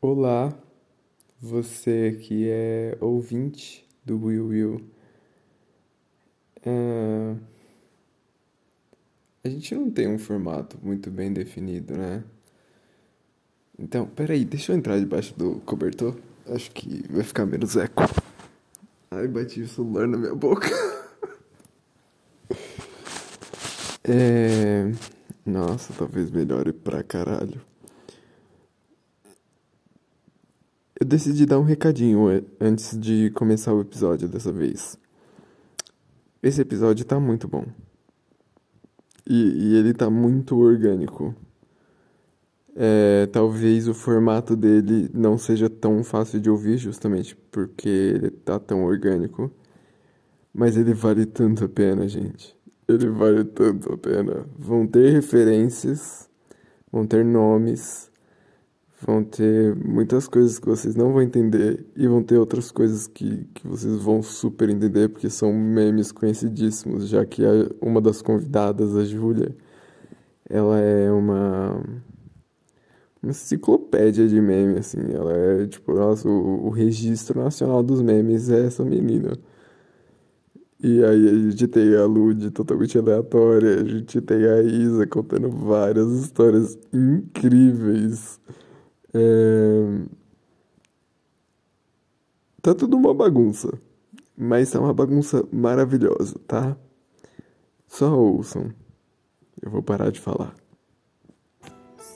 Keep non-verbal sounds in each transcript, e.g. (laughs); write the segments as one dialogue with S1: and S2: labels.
S1: Olá, você que é ouvinte do Will Will. Ah, a gente não tem um formato muito bem definido, né? Então, peraí, deixa eu entrar debaixo do cobertor. Acho que vai ficar menos eco. Ai, bati o celular na minha boca. (laughs) É... Nossa, talvez melhore pra caralho. Eu decidi dar um recadinho eh, antes de começar o episódio dessa vez. Esse episódio tá muito bom. E, e ele tá muito orgânico. É, talvez o formato dele não seja tão fácil de ouvir, justamente porque ele tá tão orgânico. Mas ele vale tanto a pena, gente. Ele vale tanto a pena. Vão ter referências, vão ter nomes. Vão ter muitas coisas que vocês não vão entender e vão ter outras coisas que, que vocês vão super entender, porque são memes conhecidíssimos, já que a- uma das convidadas, a Júlia, ela é uma, uma enciclopédia de meme, assim. Ela é, tipo, nossa, o, o registro nacional dos memes é essa menina. E aí a gente tem a Lud totalmente aleatória, a gente tem a Isa contando várias histórias incríveis. É, Tá tudo uma bagunça, mas tá uma bagunça maravilhosa, tá? Só ouçam. Eu vou parar de falar.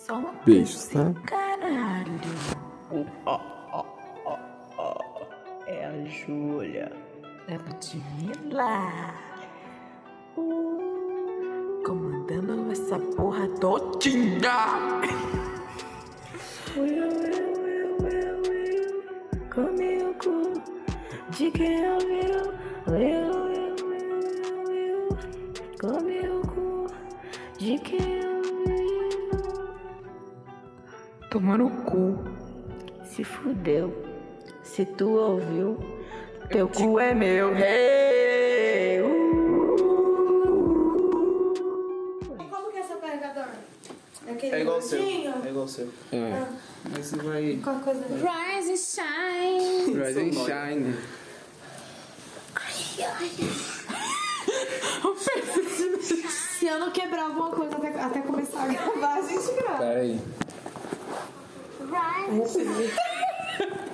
S2: Som
S1: Beijos,
S2: desse
S1: tá?
S2: Caralho.
S3: É a Júlia.
S2: É Ludmilla. Uh. Comandando essa porra todinha.
S3: Come o cu de quem é meu. Eu, eu, eu, eu. Come o cu de quem é meu.
S2: Tomar no cu.
S3: Se fudeu. Se tu ouviu, teu uh. cu é meu.
S4: Como que é seu carregador? Aquele
S5: É igual o seu.
S4: gordinho?
S5: É igual o seu. É. Mas você vai.
S4: Com a coisa...
S6: Rise and shine.
S5: Rise and shine.
S4: Se eu não quebrar alguma coisa até, até começar a gravar, a gente grava.
S5: Pera aí.
S6: Rise.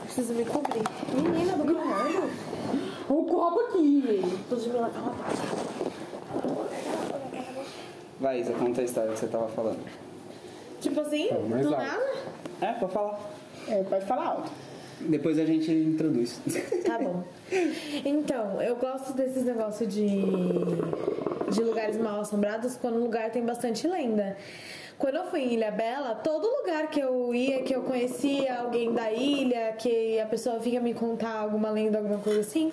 S4: Preciso me cobrir. Menina do caralho. O copo aqui. Ludmilla, calma.
S5: Vai, Isa, conta a história que você tava falando.
S4: Tipo assim,
S5: mais
S4: do
S5: alto.
S4: nada?
S5: É, pode falar.
S7: É, pode falar alto.
S5: Depois a gente introduz.
S4: Tá bom. Então, eu gosto desses negócios de, de lugares mal assombrados quando o lugar tem bastante lenda. Quando eu fui em Ilha Bela, todo lugar que eu ia, que eu conhecia alguém da ilha, que a pessoa vinha me contar alguma lenda, alguma coisa assim,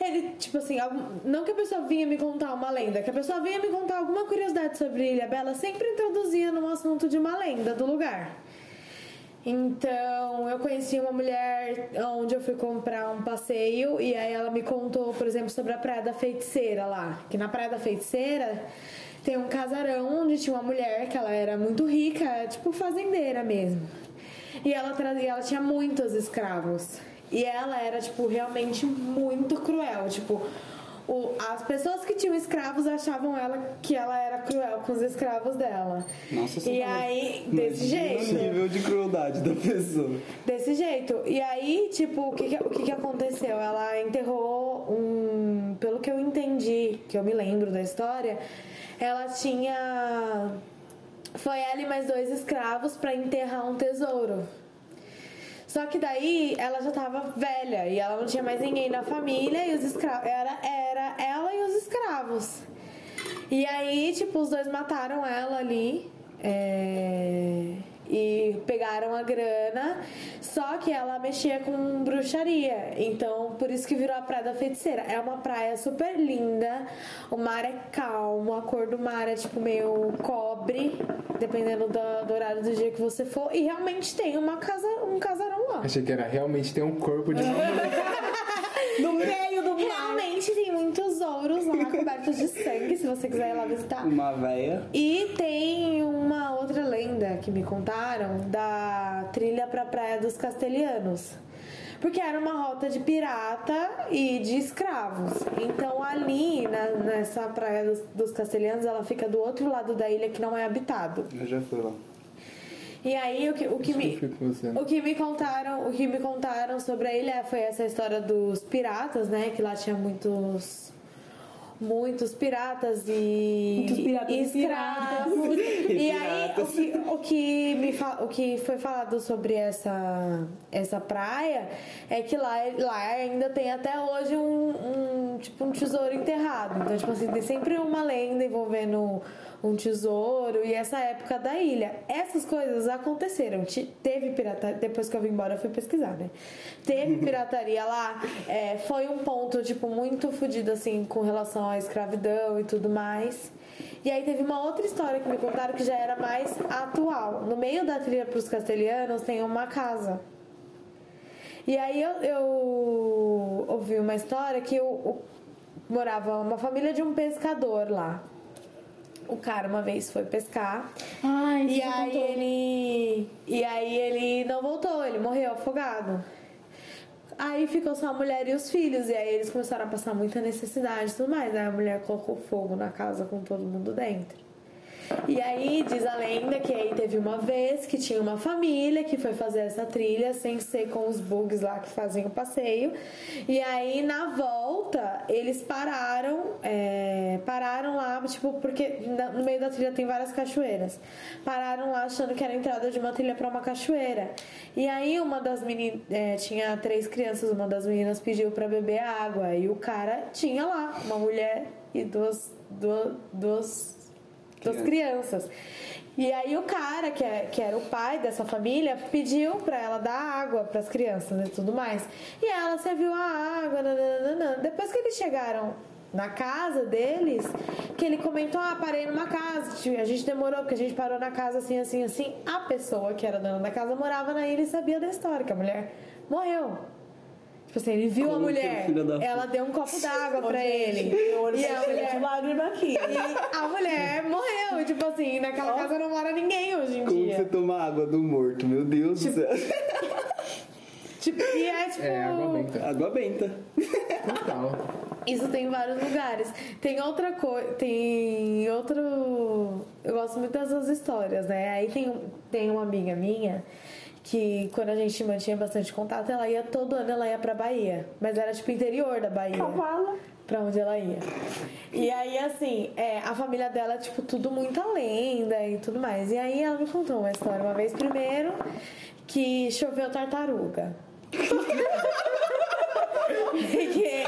S4: ele, tipo assim, algum- não que a pessoa vinha me contar uma lenda, que a pessoa vinha me contar alguma curiosidade sobre Ilha Bela, sempre introduzia num assunto de uma lenda do lugar. Então, eu conheci uma mulher onde eu fui comprar um passeio e aí ela me contou, por exemplo, sobre a Praia da Feiticeira lá. Que na Praia da Feiticeira tem um casarão onde tinha uma mulher que ela era muito rica, tipo fazendeira mesmo. E ela, trazia, ela tinha muitos escravos. E ela era, tipo, realmente muito cruel. Tipo, o- as pessoas que tinham escravos achavam ela que ela era cruel com os escravos dela.
S5: Nossa
S4: e
S5: Senhora.
S4: aí, desse jeito.
S5: um nível de crueldade da pessoa.
S4: Desse jeito. E aí, tipo, o que, que- o que, que aconteceu? Ela enterrou um. Pelo que eu entendi, que eu me lembro da história, ela tinha. Foi ela e mais dois escravos pra enterrar um tesouro. Só que daí ela já tava velha e ela não tinha mais ninguém na família e os escravos. Era, era ela e os escravos. E aí, tipo, os dois mataram ela ali. é, E pegaram a grana. Só que ela mexia com bruxaria. Então, por isso que virou a Praia da Feiticeira. É uma praia super linda. O mar é calmo. A cor do mar é tipo meio cobre. Dependendo do, do horário do dia que você for. E realmente tem uma casa, um casarão lá.
S8: Achei que era realmente tem um corpo de.
S4: No meio do mar. é Realmente tem muitos ouros lá cobertos de sangue. Se você quiser ir lá visitar.
S5: Uma véia.
S4: E tem uma outra lenda que me contaram da trilha pra Praia dos Castelhanos. Porque era uma rota de pirata e de escravos. Então ali, na- nessa Praia dos, dos Castelhanos, ela fica do outro lado da ilha que não é habitado.
S5: Eu já fui lá.
S4: E aí o que, o que me.
S8: Eu fico com você. né?
S4: O que me contaram, o que me contaram sobre a ilha foi essa história dos piratas, né? Que lá tinha muitos muitos piratas e
S7: Muitos piratas
S4: e
S7: e
S4: escravos. (laughs) E aí o
S5: piratas.
S4: que, o que me fa- o que foi falado sobre essa essa praia é que lá lá ainda tem até hoje um, um tipo um tesouro enterrado. Então tipo assim, tem sempre uma lenda envolvendo um tesouro e essa época da ilha. Essas coisas aconteceram. Ti- Teve pirataria. Depois que eu vim embora, eu fui pesquisar, né? Teve pirataria lá. É, foi um ponto, tipo, muito fodido, assim, com relação à escravidão e tudo mais. E aí teve uma outra história que me contaram que já era mais atual. No meio da trilha pros castelhanos tem uma casa. E aí eu, eu ouvi uma história que eu, morava uma família de um pescador lá. O cara uma vez foi pescar
S7: Ai,
S4: e
S7: você já
S4: aí
S7: contou.
S4: ele e aí ele não voltou, ele morreu afogado. Aí ficou só a mulher e os filhos e aí eles começaram a passar muita necessidade e tudo mais. Aí a mulher colocou fogo na casa com todo mundo dentro. E aí diz a lenda que aí teve uma vez que tinha uma família que foi fazer essa trilha sem ser com os bugs lá que fazem o passeio. E aí na volta eles pararam, é, pararam lá, tipo, porque na- no meio da trilha tem várias cachoeiras. Pararam lá achando que era a entrada de uma trilha pra uma cachoeira. E aí uma das meninas, tinha três crianças, uma das meninas pediu pra beber água. E o cara tinha lá uma mulher e duas, duas, duas das crianças. E aí o cara, que, é, que era o pai dessa família, pediu pra ela dar água pras crianças e tudo mais. E ela serviu a água, nananana. Depois que eles chegaram na casa deles, que ele comentou, ah, parei numa casa, tio, a gente demorou porque a gente parou na casa assim, assim, assim. A pessoa que era dona da casa morava na ilha e sabia da história, que a mulher morreu. Tipo assim, ele viu a
S5: Como que
S4: mulher,
S5: filho da
S4: ela deu um copo d'água pra ele.
S7: Meu olho
S4: E
S7: tá
S4: a
S7: cheio
S4: mulher
S7: de lágrima
S4: (laughs)
S7: aqui.
S4: e a mulher morreu. E, tipo assim, naquela casa não mora ninguém hoje em
S5: Como você
S4: dia.
S5: toma água do morto? Meu Deus do céu.
S4: Tipo, e é tipo.
S8: É, água benta.
S5: Água benta.
S8: Total.
S4: Isso tem em vários lugares. Tem outra coisa. Tem outro. Eu gosto muito dessas histórias, né? Aí tem, tem uma amiga minha que quando a gente mantinha bastante contato, ela ia todo ano, ela ia pra Bahia. Mas era tipo interior da Bahia.
S7: Cavala.
S4: pra onde ela ia. E aí, assim, é, a família dela, tipo, tudo muita lenda e tudo mais. E aí ela me contou uma história uma vez primeiro que choveu tartaruga. e que...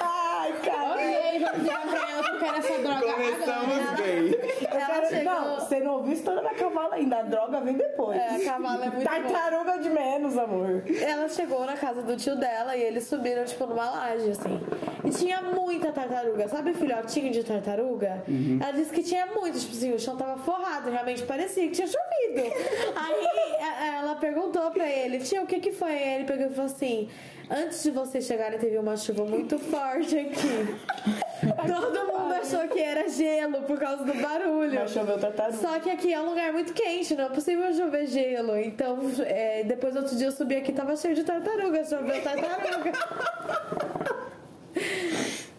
S7: Ai, cara.
S4: Ok, vamos dizer pra ela que eu quero essa droga
S5: Começamos
S4: agora.
S5: bem.
S4: Ela
S7: Não,
S4: chegou...
S7: você não ouviu a história da cavala ainda. A droga vem depois.
S4: É, a cavala é muito boa.
S7: Tartaruga de menos, amor.
S4: Ela chegou na casa do tio dela e eles subiram, tipo, numa laje, assim. E tinha muita tartaruga. Sabe filhotinho de tartaruga? Ela disse que tinha muito, tipo assim, o chão tava forrado, realmente parecia que tinha chovido. Aí a- ela perguntou pra ele, tio, o que que foi? Aí ele pegou e falou assim, antes de vocês chegarem teve uma chuva muito forte aqui. Todo mundo achou que era gelo por causa do barulho.
S7: Mas choveu tartaruga.
S4: Só que aqui é um lugar muito quente, não é possível chover gelo. Então, é, depois outro dia eu subi aqui tava cheio de tartaruga, choveu
S7: (laughs)
S4: tartaruga.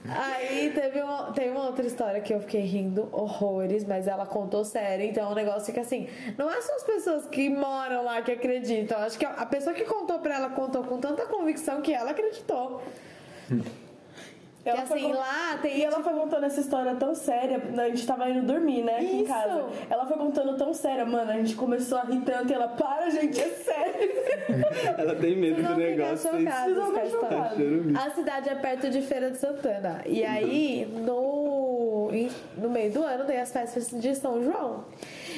S4: Aí teve uma, teve uma outra história que eu fiquei rindo horrores, mas ela contou sério, então o negócio fica assim: não é só as pessoas que moram lá que acreditam, acho que a a pessoa que contou pra ela contou com tanta convicção que ela acreditou. Que
S7: Hum. Ela foi
S4: assim,
S7: con-
S4: lá tem.
S7: E ela foi contando essa história tão séria, a gente tava indo dormir, né, aqui em
S4: Isso.
S7: casa. Ela foi contando tão séria, mano, a gente começou a rir tanto e ela, para, gente, é sério.
S5: Ela tem medo
S4: Vocês
S5: do
S4: vão ficar
S5: negócio. vocês-
S4: chocados.
S7: Vocês vão ficar
S4: Vocês vão ficar
S7: chocados.
S5: Cheiro bicho.
S4: A cidade é perto de Feira de Santana. E aí, no, em- no meio do ano, tem as festas de São João.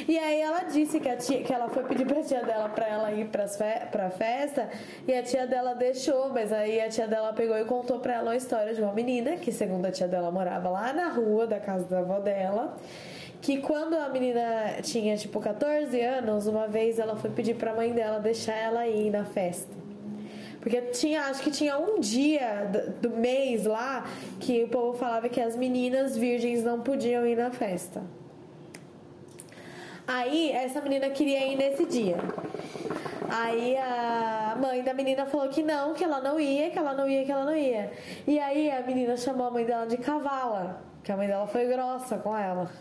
S4: E aí ela disse que, a tia, que ela foi pedir pra tia dela pra ela ir pras fe, pra festa. E a tia dela deixou, mas aí a tia dela pegou e contou pra ela a história de uma menina que, segundo a tia dela, morava lá na rua da casa da avó dela. Que quando a menina tinha tipo 14 anos, uma vez ela foi pedir pra mãe dela deixar ela ir na festa. Porque tinha, acho que tinha um dia do- do mês lá que o povo falava que as meninas virgens não podiam ir na festa. Aí essa menina queria ir nesse dia. Aí a mãe da menina falou que não, que ela não ia, que ela não ia, que ela não ia. E aí a menina chamou a mãe dela de cavala, que a mãe dela foi grossa com ela.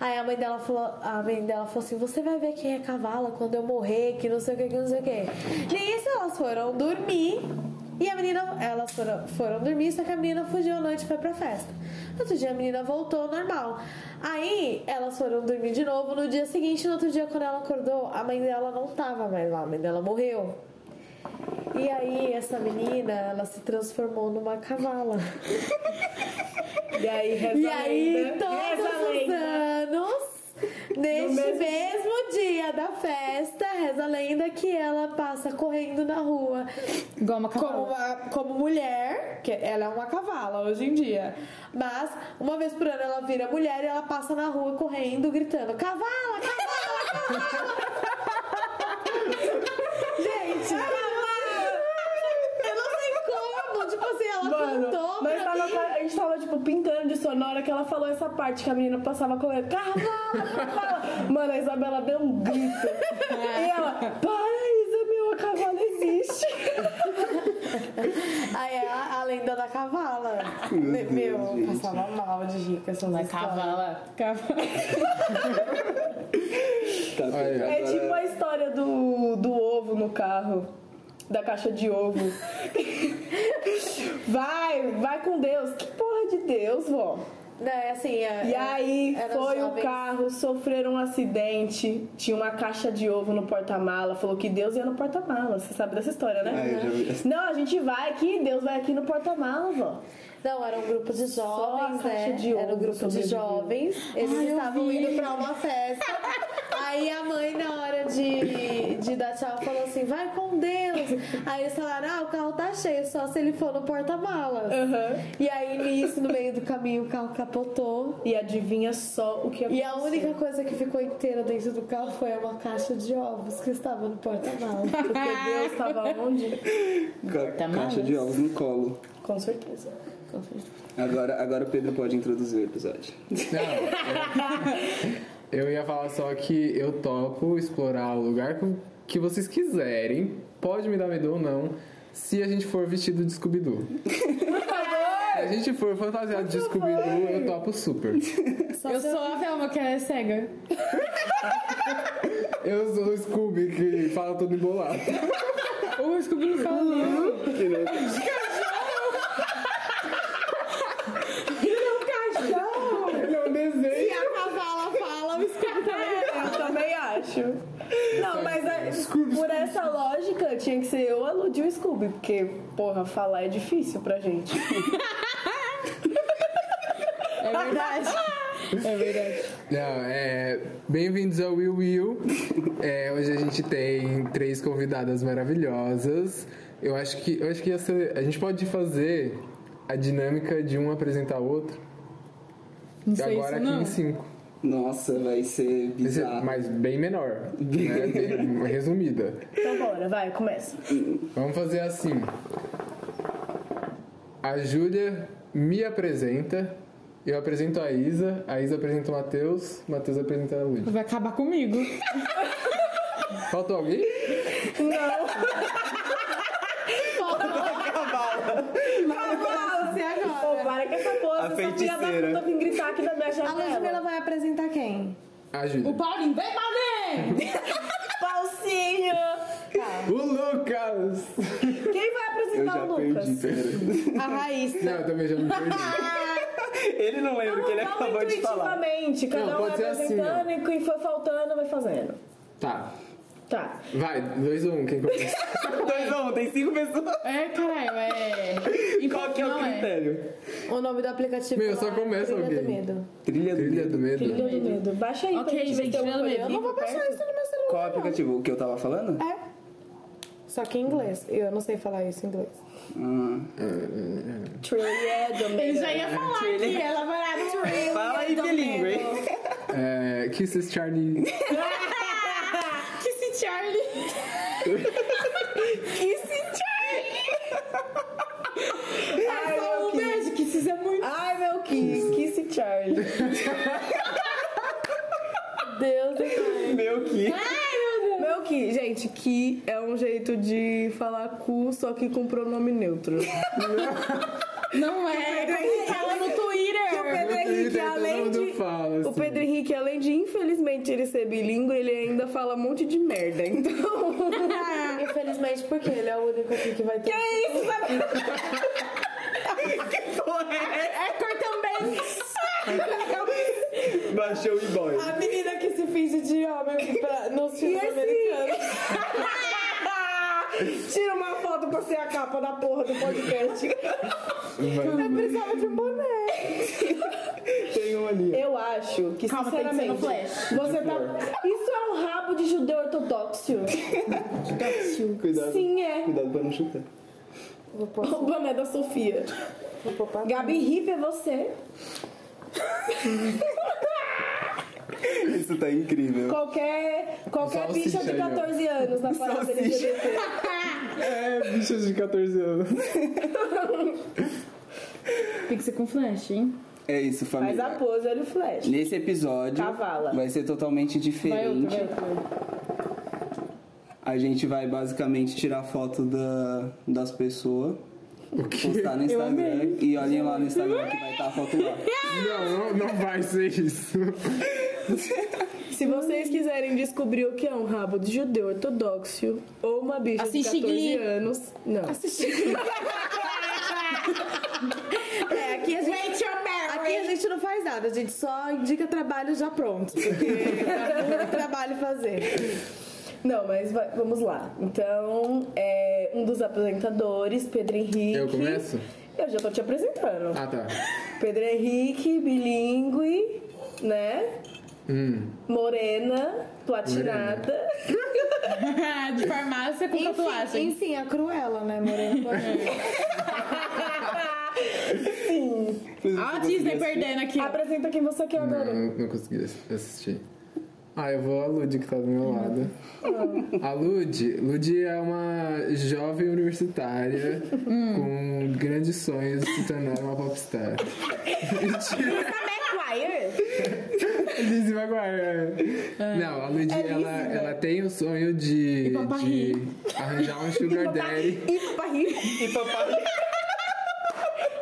S4: Aí a mãe dela falou, a mãe dela falou assim, você vai ver quem é cavala quando eu morrer, que não sei o que, que não sei o que. Nisso elas foram dormir e a menina, elas foram, foram dormir, só que a menina fugiu à noite e foi pra festa. No outro dia a menina voltou normal. Aí elas foram dormir de novo no dia seguinte, no outro dia quando ela acordou, a mãe dela não tava mais lá, a mãe dela morreu. E aí essa menina, ela se transformou numa cavala.
S9: (laughs) E aí, reza
S4: E
S9: a
S4: aí,
S9: lenda. Reza a
S4: todos os
S9: lenda.
S4: anos, neste mesmo...
S9: mesmo-
S4: dia da festa, reza a lenda que ela passa correndo na rua
S9: Igual uma
S4: como,
S9: cavalo.
S4: uma- como mulher, que ela é uma cavala hoje em dia. Mas uma vez por ano ela vira mulher e ela passa na rua correndo, gritando: cavala, cavala, cavala! (laughs) Gente, eu não sei como, tipo assim, ela
S7: Mano,
S4: cantou
S7: mas
S4: pra
S7: tava- a gente tava, tipo, pintando de sonora que ela falou essa parte que a menina passava correndo. Cavalo, cavalo. Mano, a Isabela deu um grito.
S10: É.
S7: E ela, para, Isabela, a cavalo existe.
S4: Aí é a, a lenda da cavala.
S5: Meu
S4: Me-
S5: Deus,
S4: Meu, eu
S5: gente.
S4: passava mal de rir com essas
S9: Uma
S4: histórias.
S9: cavala. Cavala.
S5: Tá,
S1: Ai,
S5: agora-
S7: É tipo a história do, do ovo no carro. Da caixa de ovo. (laughs) Vai, vai com Deus. Que porra de Deus, vó?
S4: Não, é assim, é-
S7: E
S4: é-
S7: aí
S4: era
S7: foi o
S4: jovem.
S7: carro, sofreram um acidente, tinha uma caixa de ovo no porta-mala, falou que Deus ia no porta-mala. Você sabe dessa história, né?
S5: Ah, eu já vi essa.
S7: Não, a gente vai aqui, Deus vai aqui no porta-mala, vó.
S4: Não, era um grupo de jovens,
S7: a caixa
S4: né?
S7: de
S4: era um
S7: ovo
S4: grupo de
S7: sobreviveu.
S4: jovens. Eles estavam indo pra uma festa. Aí a mãe, na hora de, de dar tchau, falou assim: vai com Deus. Aí eles falaram: ah, o carro tá cheio, só se ele for no porta-malas. E aí, nisso, no meio do caminho, o carro capotou.
S7: E adivinha só o que
S4: E
S7: aconteceu.
S4: a única coisa que ficou inteira dentro do carro foi uma caixa de ovos que estava no porta-malas.
S7: Porque Deus estava onde?
S5: Ca-
S9: Porta-malas.
S5: Caixa de ovos no colo.
S7: Com certeza. Com certeza.
S5: Agora, agora o Pedro pode introduzir o episódio.
S8: Não, eu, eu ia falar só que eu topo explorar o lugar com- que vocês quiserem. Pode me dar medo ou não, se a gente for vestido de Scooby-Doo. Se a gente for fantasiado de Scooby-Doo, eu topo super.
S9: (laughs) Eu sou a Velma, que é cega.
S8: Eu sou o Scooby que fala todo embolado.
S9: O Scooby não fala não.
S8: Ele é um desenho.
S4: a cavala fala, o
S7: Eu também acho. Não, mas é- por essa lógica tinha que ser eu, a Lud e o Scooby, porque, porra, falar é difícil pra gente.
S9: É verdade. É verdade.
S8: Não, é. Bem-vindos ao Will Will. É, hoje a gente tem três convidadas maravilhosas. Eu acho que, eu acho que ia ser- a gente pode fazer a dinâmica de um apresentar o outro.
S9: Não
S8: E
S9: sei isso,
S8: agora aqui
S9: não.
S8: em cinco.
S5: Nossa, vai ser
S8: Mas,
S5: bizarro.
S8: mas bem menor. né? Bem (laughs) resumida.
S7: Então bora, vai, começa.
S8: Vamos fazer assim. A Júlia me apresenta. Eu apresento a Isa, a Isa apresenta o Matheus, o Matheus apresenta a Lud.
S9: Vai acabar comigo.
S8: Faltou alguém?
S4: Você é
S7: Pô,
S9: Então,
S4: agora.
S7: para com essa porra,
S5: A
S7: essa filha da
S5: feiticeira.
S7: puta vim gritar aqui da minha
S4: A Ludmilla
S7: janela.
S4: vai apresentar quem?
S8: A Júlia.
S9: O Paulinho, vem, Paulinho!
S7: Paulinho!
S8: O Lucas!
S7: Quem vai
S5: Eu
S7: apresentar
S5: já
S7: o Lucas?
S5: perdi, pera.
S4: A Raíssa.
S8: Não, eu também já me perdi.
S5: (laughs) Ele não lembra o que ele
S7: Não, tá
S5: acabou de falar.
S7: intuitivamente, cada
S8: Não,
S7: um
S8: pode
S7: vai
S8: ser assim,
S7: apresentando e quem for faltando vai fazendo.
S8: Tá.
S7: Tá.
S8: Vai, 2 ou 1, um, quem começa?
S5: Dois a um, tem cinco pessoas.
S9: É, caralho, é. E
S5: (laughs) Qual que é o
S9: não
S5: critério?
S4: O nome do aplicativo.
S8: Meu, só
S4: lá é
S8: começa
S4: Trilha do
S8: alguém.
S4: Medo. Então,
S5: Trilha do
S8: Trilha do
S5: Medo.
S8: medo.
S7: Filha do medo. Baixa aí pra
S9: Ok,
S7: gente então, ver
S9: gente,
S7: se tem
S9: filha do
S7: algum
S9: medo.
S7: coreano
S9: Eu não vou
S7: perto.
S4: Baixar isso no meu celular.
S5: Qual aplicativo? O que eu tava falando?
S4: Só que em inglês. Eu não sei falar isso em inglês.
S5: Ah.
S7: Trilha do medo.
S9: Ele já ia falar aqui, ela vai lá no Twitter.
S5: Fala aí, bilíngue.
S8: É, Kisses Charlie.
S9: Que se Charlie.
S7: Ai, meu
S9: Um beijo, que se é muito.
S7: Ai, meu Kiss, Kiss e Charlie.
S4: Deus do céu.
S5: Meu que.
S7: Meu que, gente, que é um jeito de falar cu, só que com pronome neutro.
S10: (laughs) Não é, como se fala no
S7: Que o
S10: Twitter.
S7: Pedro Henrique,
S8: Twitter, todo
S7: além
S8: mundo
S7: de.
S8: fala, assim.
S7: O Pedro Henrique, além de infelizmente ele ser bilíngue, ele ainda fala um monte de merda.
S10: (laughs)
S7: Então.
S4: (laughs) Infelizmente, porque ele é o único aqui que vai ter.
S7: isso, sabe?
S10: Hector também.
S5: Baixou o e-boy.
S4: A menina que se finge de homem pra, nos filmes
S10: assim-
S7: esse-
S10: (laughs)
S4: americanos.
S7: Tira uma foto pra ser a capa da porra do podcast. Eu precisava de um boné.
S5: Tem um ali.
S7: Eu acho que,
S10: Calma, tem que ser no
S7: sinceramente,
S10: flash.
S7: você tá. Isso é um rabo de judeu ortodoxo.
S5: Cuidado.
S7: Sim, é.
S5: Cuidado pra não chutar.
S7: O boné da Sofia. Gabi Ripe é você.
S5: Isso tá incrível.
S7: Qualquer, qualquer
S8: Salsicha
S7: bicha de
S8: aí, ó.
S7: 14 anos na parada LGBT.
S8: É, bichas de 14 anos.
S10: Tem que ser com flash, hein?
S5: É isso, família.
S7: Faz a pose, olha o flash.
S5: Nesse episódio
S7: Cavala.
S5: vai ser totalmente diferente.
S10: Vai outro, vai outro.
S5: A gente vai basicamente tirar foto da, das pessoas. Postar no Instagram. E olhem lá no Instagram que vai estar a foto lá.
S10: Ah,
S8: Não, não, não vai ser isso.
S7: Se vocês quiserem descobrir o que é um rabo de judeu ortodoxo ou uma bicha
S10: Assiste
S7: de 14
S10: Glee.
S7: anos. Não. (laughs)
S4: É, aqui a gente.
S10: Rachel
S4: Aqui a
S10: Berry.
S4: gente não faz nada, a gente só indica trabalho já pronto. Porque dá muito trabalho fazer.
S7: Não, mas vai- vamos lá. Então, é, um dos apresentadores, Pedro Henrique.
S8: Eu começo?
S7: Eu já tô te apresentando.
S8: Ah, tá.
S7: Pedro Henrique, bilíngue, né?
S8: Hum.
S7: Morena, platinada.
S10: De farmácia com
S4: Enfim,
S10: tatuagem.
S4: enfim, a Cruella, né, Morena?
S10: Ó a Disney perdendo aqui.
S7: Apresenta quem você quer agora.
S8: Não, não consegui ass- assistir. Ah, eu vou a Lud, que tá do meu lado. A Lud, Lud é uma jovem universitária com grandes sonhos de se tornar uma popstar. Mentira,
S10: McGuire.
S8: Lizzie McGuire. é.
S7: É.
S8: Não, a Lud, ela, ela tem o sonho de, de
S7: (laughs)
S8: arranjar um sugar daddy.
S7: E Papa Ri.
S5: E papai.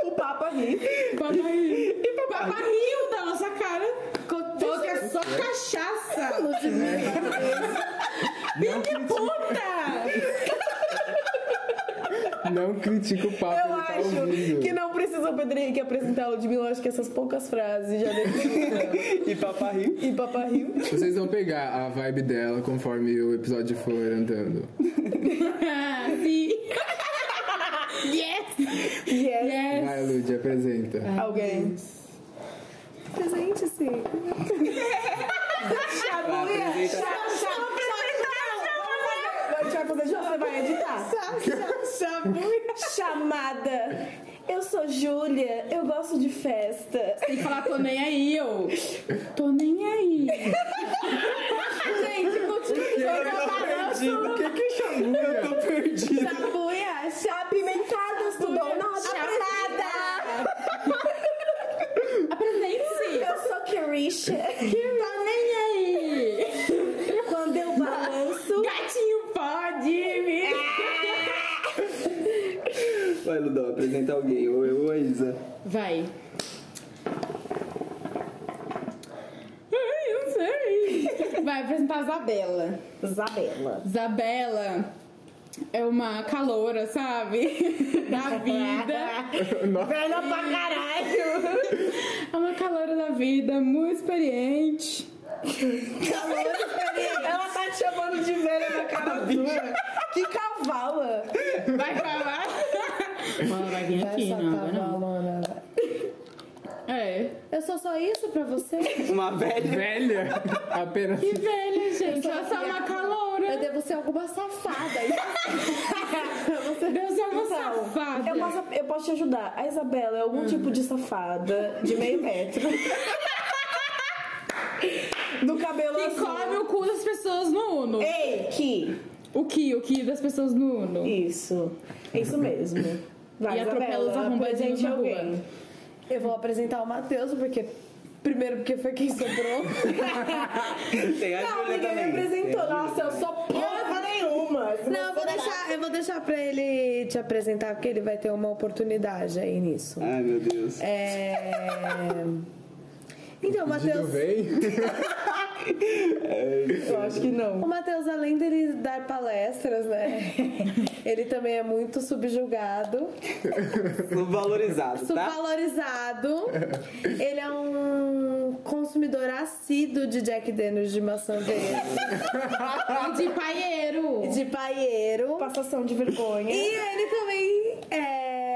S7: O Papa Ri.
S10: Barril da nossa cara.
S7: é
S10: Toca só
S8: é. (laughs)
S10: cachaça.
S8: né? Não, critico,
S10: Puta!
S8: não critica o
S7: Eu
S8: papo, ele tá
S7: acho
S8: ouvindo.
S7: que não precisa o Pedro Henrique apresentar o Ludmilla. Eu acho que essas poucas frases já definem.
S5: E papai.
S7: e Papa Rio.
S8: Vocês vão pegar a vibe dela conforme o episódio for andando.
S10: Ah, sim. Yes!
S7: Yes.
S10: Yes!
S8: Vai, Lud, apresenta.
S7: Alguém. (laughs)
S4: Presente-se.
S7: Agora a gente vai fazer junto, você vai editar. Chamada. Eu sou Júlia, eu gosto de festa.
S10: Tem que falar, tô nem aí, eu. Tô nem aí. Gente, continua.
S5: que que chamou? Eu tô perdido.
S7: Chabuia, chapimentadas, tudo ou nada. Chapada.
S10: Apresente-se.
S7: Eu sou Carisha.
S10: Tô nem aí.
S7: Quando eu balanço,
S10: Gatinho pode me...
S5: Vai, Ludão, apresenta alguém. Ou eu ou a Isa.
S10: Vai. Ai, eu sei. Vai apresentar a Isabela.
S7: Isabela.
S10: Isabela é uma caloura, sabe? (laughs) Da vida.
S7: Velha pra caralho.
S10: É uma caloura da vida, muito experiente.
S7: Ela tá te chamando de velha na cara dura. Que cavala.
S10: Vai falar? Mano, vai vir aqui,
S4: tá
S10: não, agora não. É.
S4: né? Eu sou só isso pra você?
S5: Uma velha.
S8: Velha? (laughs) Apenas.
S10: Que velha, gente. Ela
S4: Eu
S10: só é
S4: sou
S10: uma
S4: uma
S10: caloura.
S4: Eu devo ser alguma safada. Você
S10: Deus é uma
S7: Então,
S10: safada.
S7: Eu posso, eu posso te ajudar. A Isabela é algum tipo de safada de meio
S10: (laughs)
S7: metro. Do cabelo
S10: Que
S7: azul.
S10: come o cu das pessoas no Uno.
S4: É.
S7: Ei, que
S10: O que? O que das pessoas no Uno?
S7: isso. É isso mesmo. Vai,
S10: E atropela os
S7: Isabela,
S10: arrombadinhos
S7: apresente
S10: na rua.
S7: alguém.
S4: Eu vou apresentar o Matheus, porque Primeiro porque foi quem sobrou.
S5: (laughs) Tem a
S7: Não,
S5: Júlia
S7: ninguém me
S5: também. Tem
S7: apresentou.
S5: a
S7: Nossa, eu sou porra nenhuma. Se
S4: Não, eu vou deixar, eu vou deixar pra ele te apresentar, porque ele vai ter uma oportunidade aí nisso.
S5: Ai, meu Deus. (laughs)
S4: É... Então, o
S8: Tudo
S4: Matheus.
S8: bem?
S7: Eu acho que não.
S4: O Matheus, além dele dar palestras, né? (laughs) Ele também é muito subjugado,
S5: Subvalorizado, tá?
S4: subvalorizado. Ele é um consumidor assíduo de Jack Daniels de maçã verde,
S9: De paieiro.
S4: de paieiro.
S7: Passação de vergonha.
S4: E ele também é.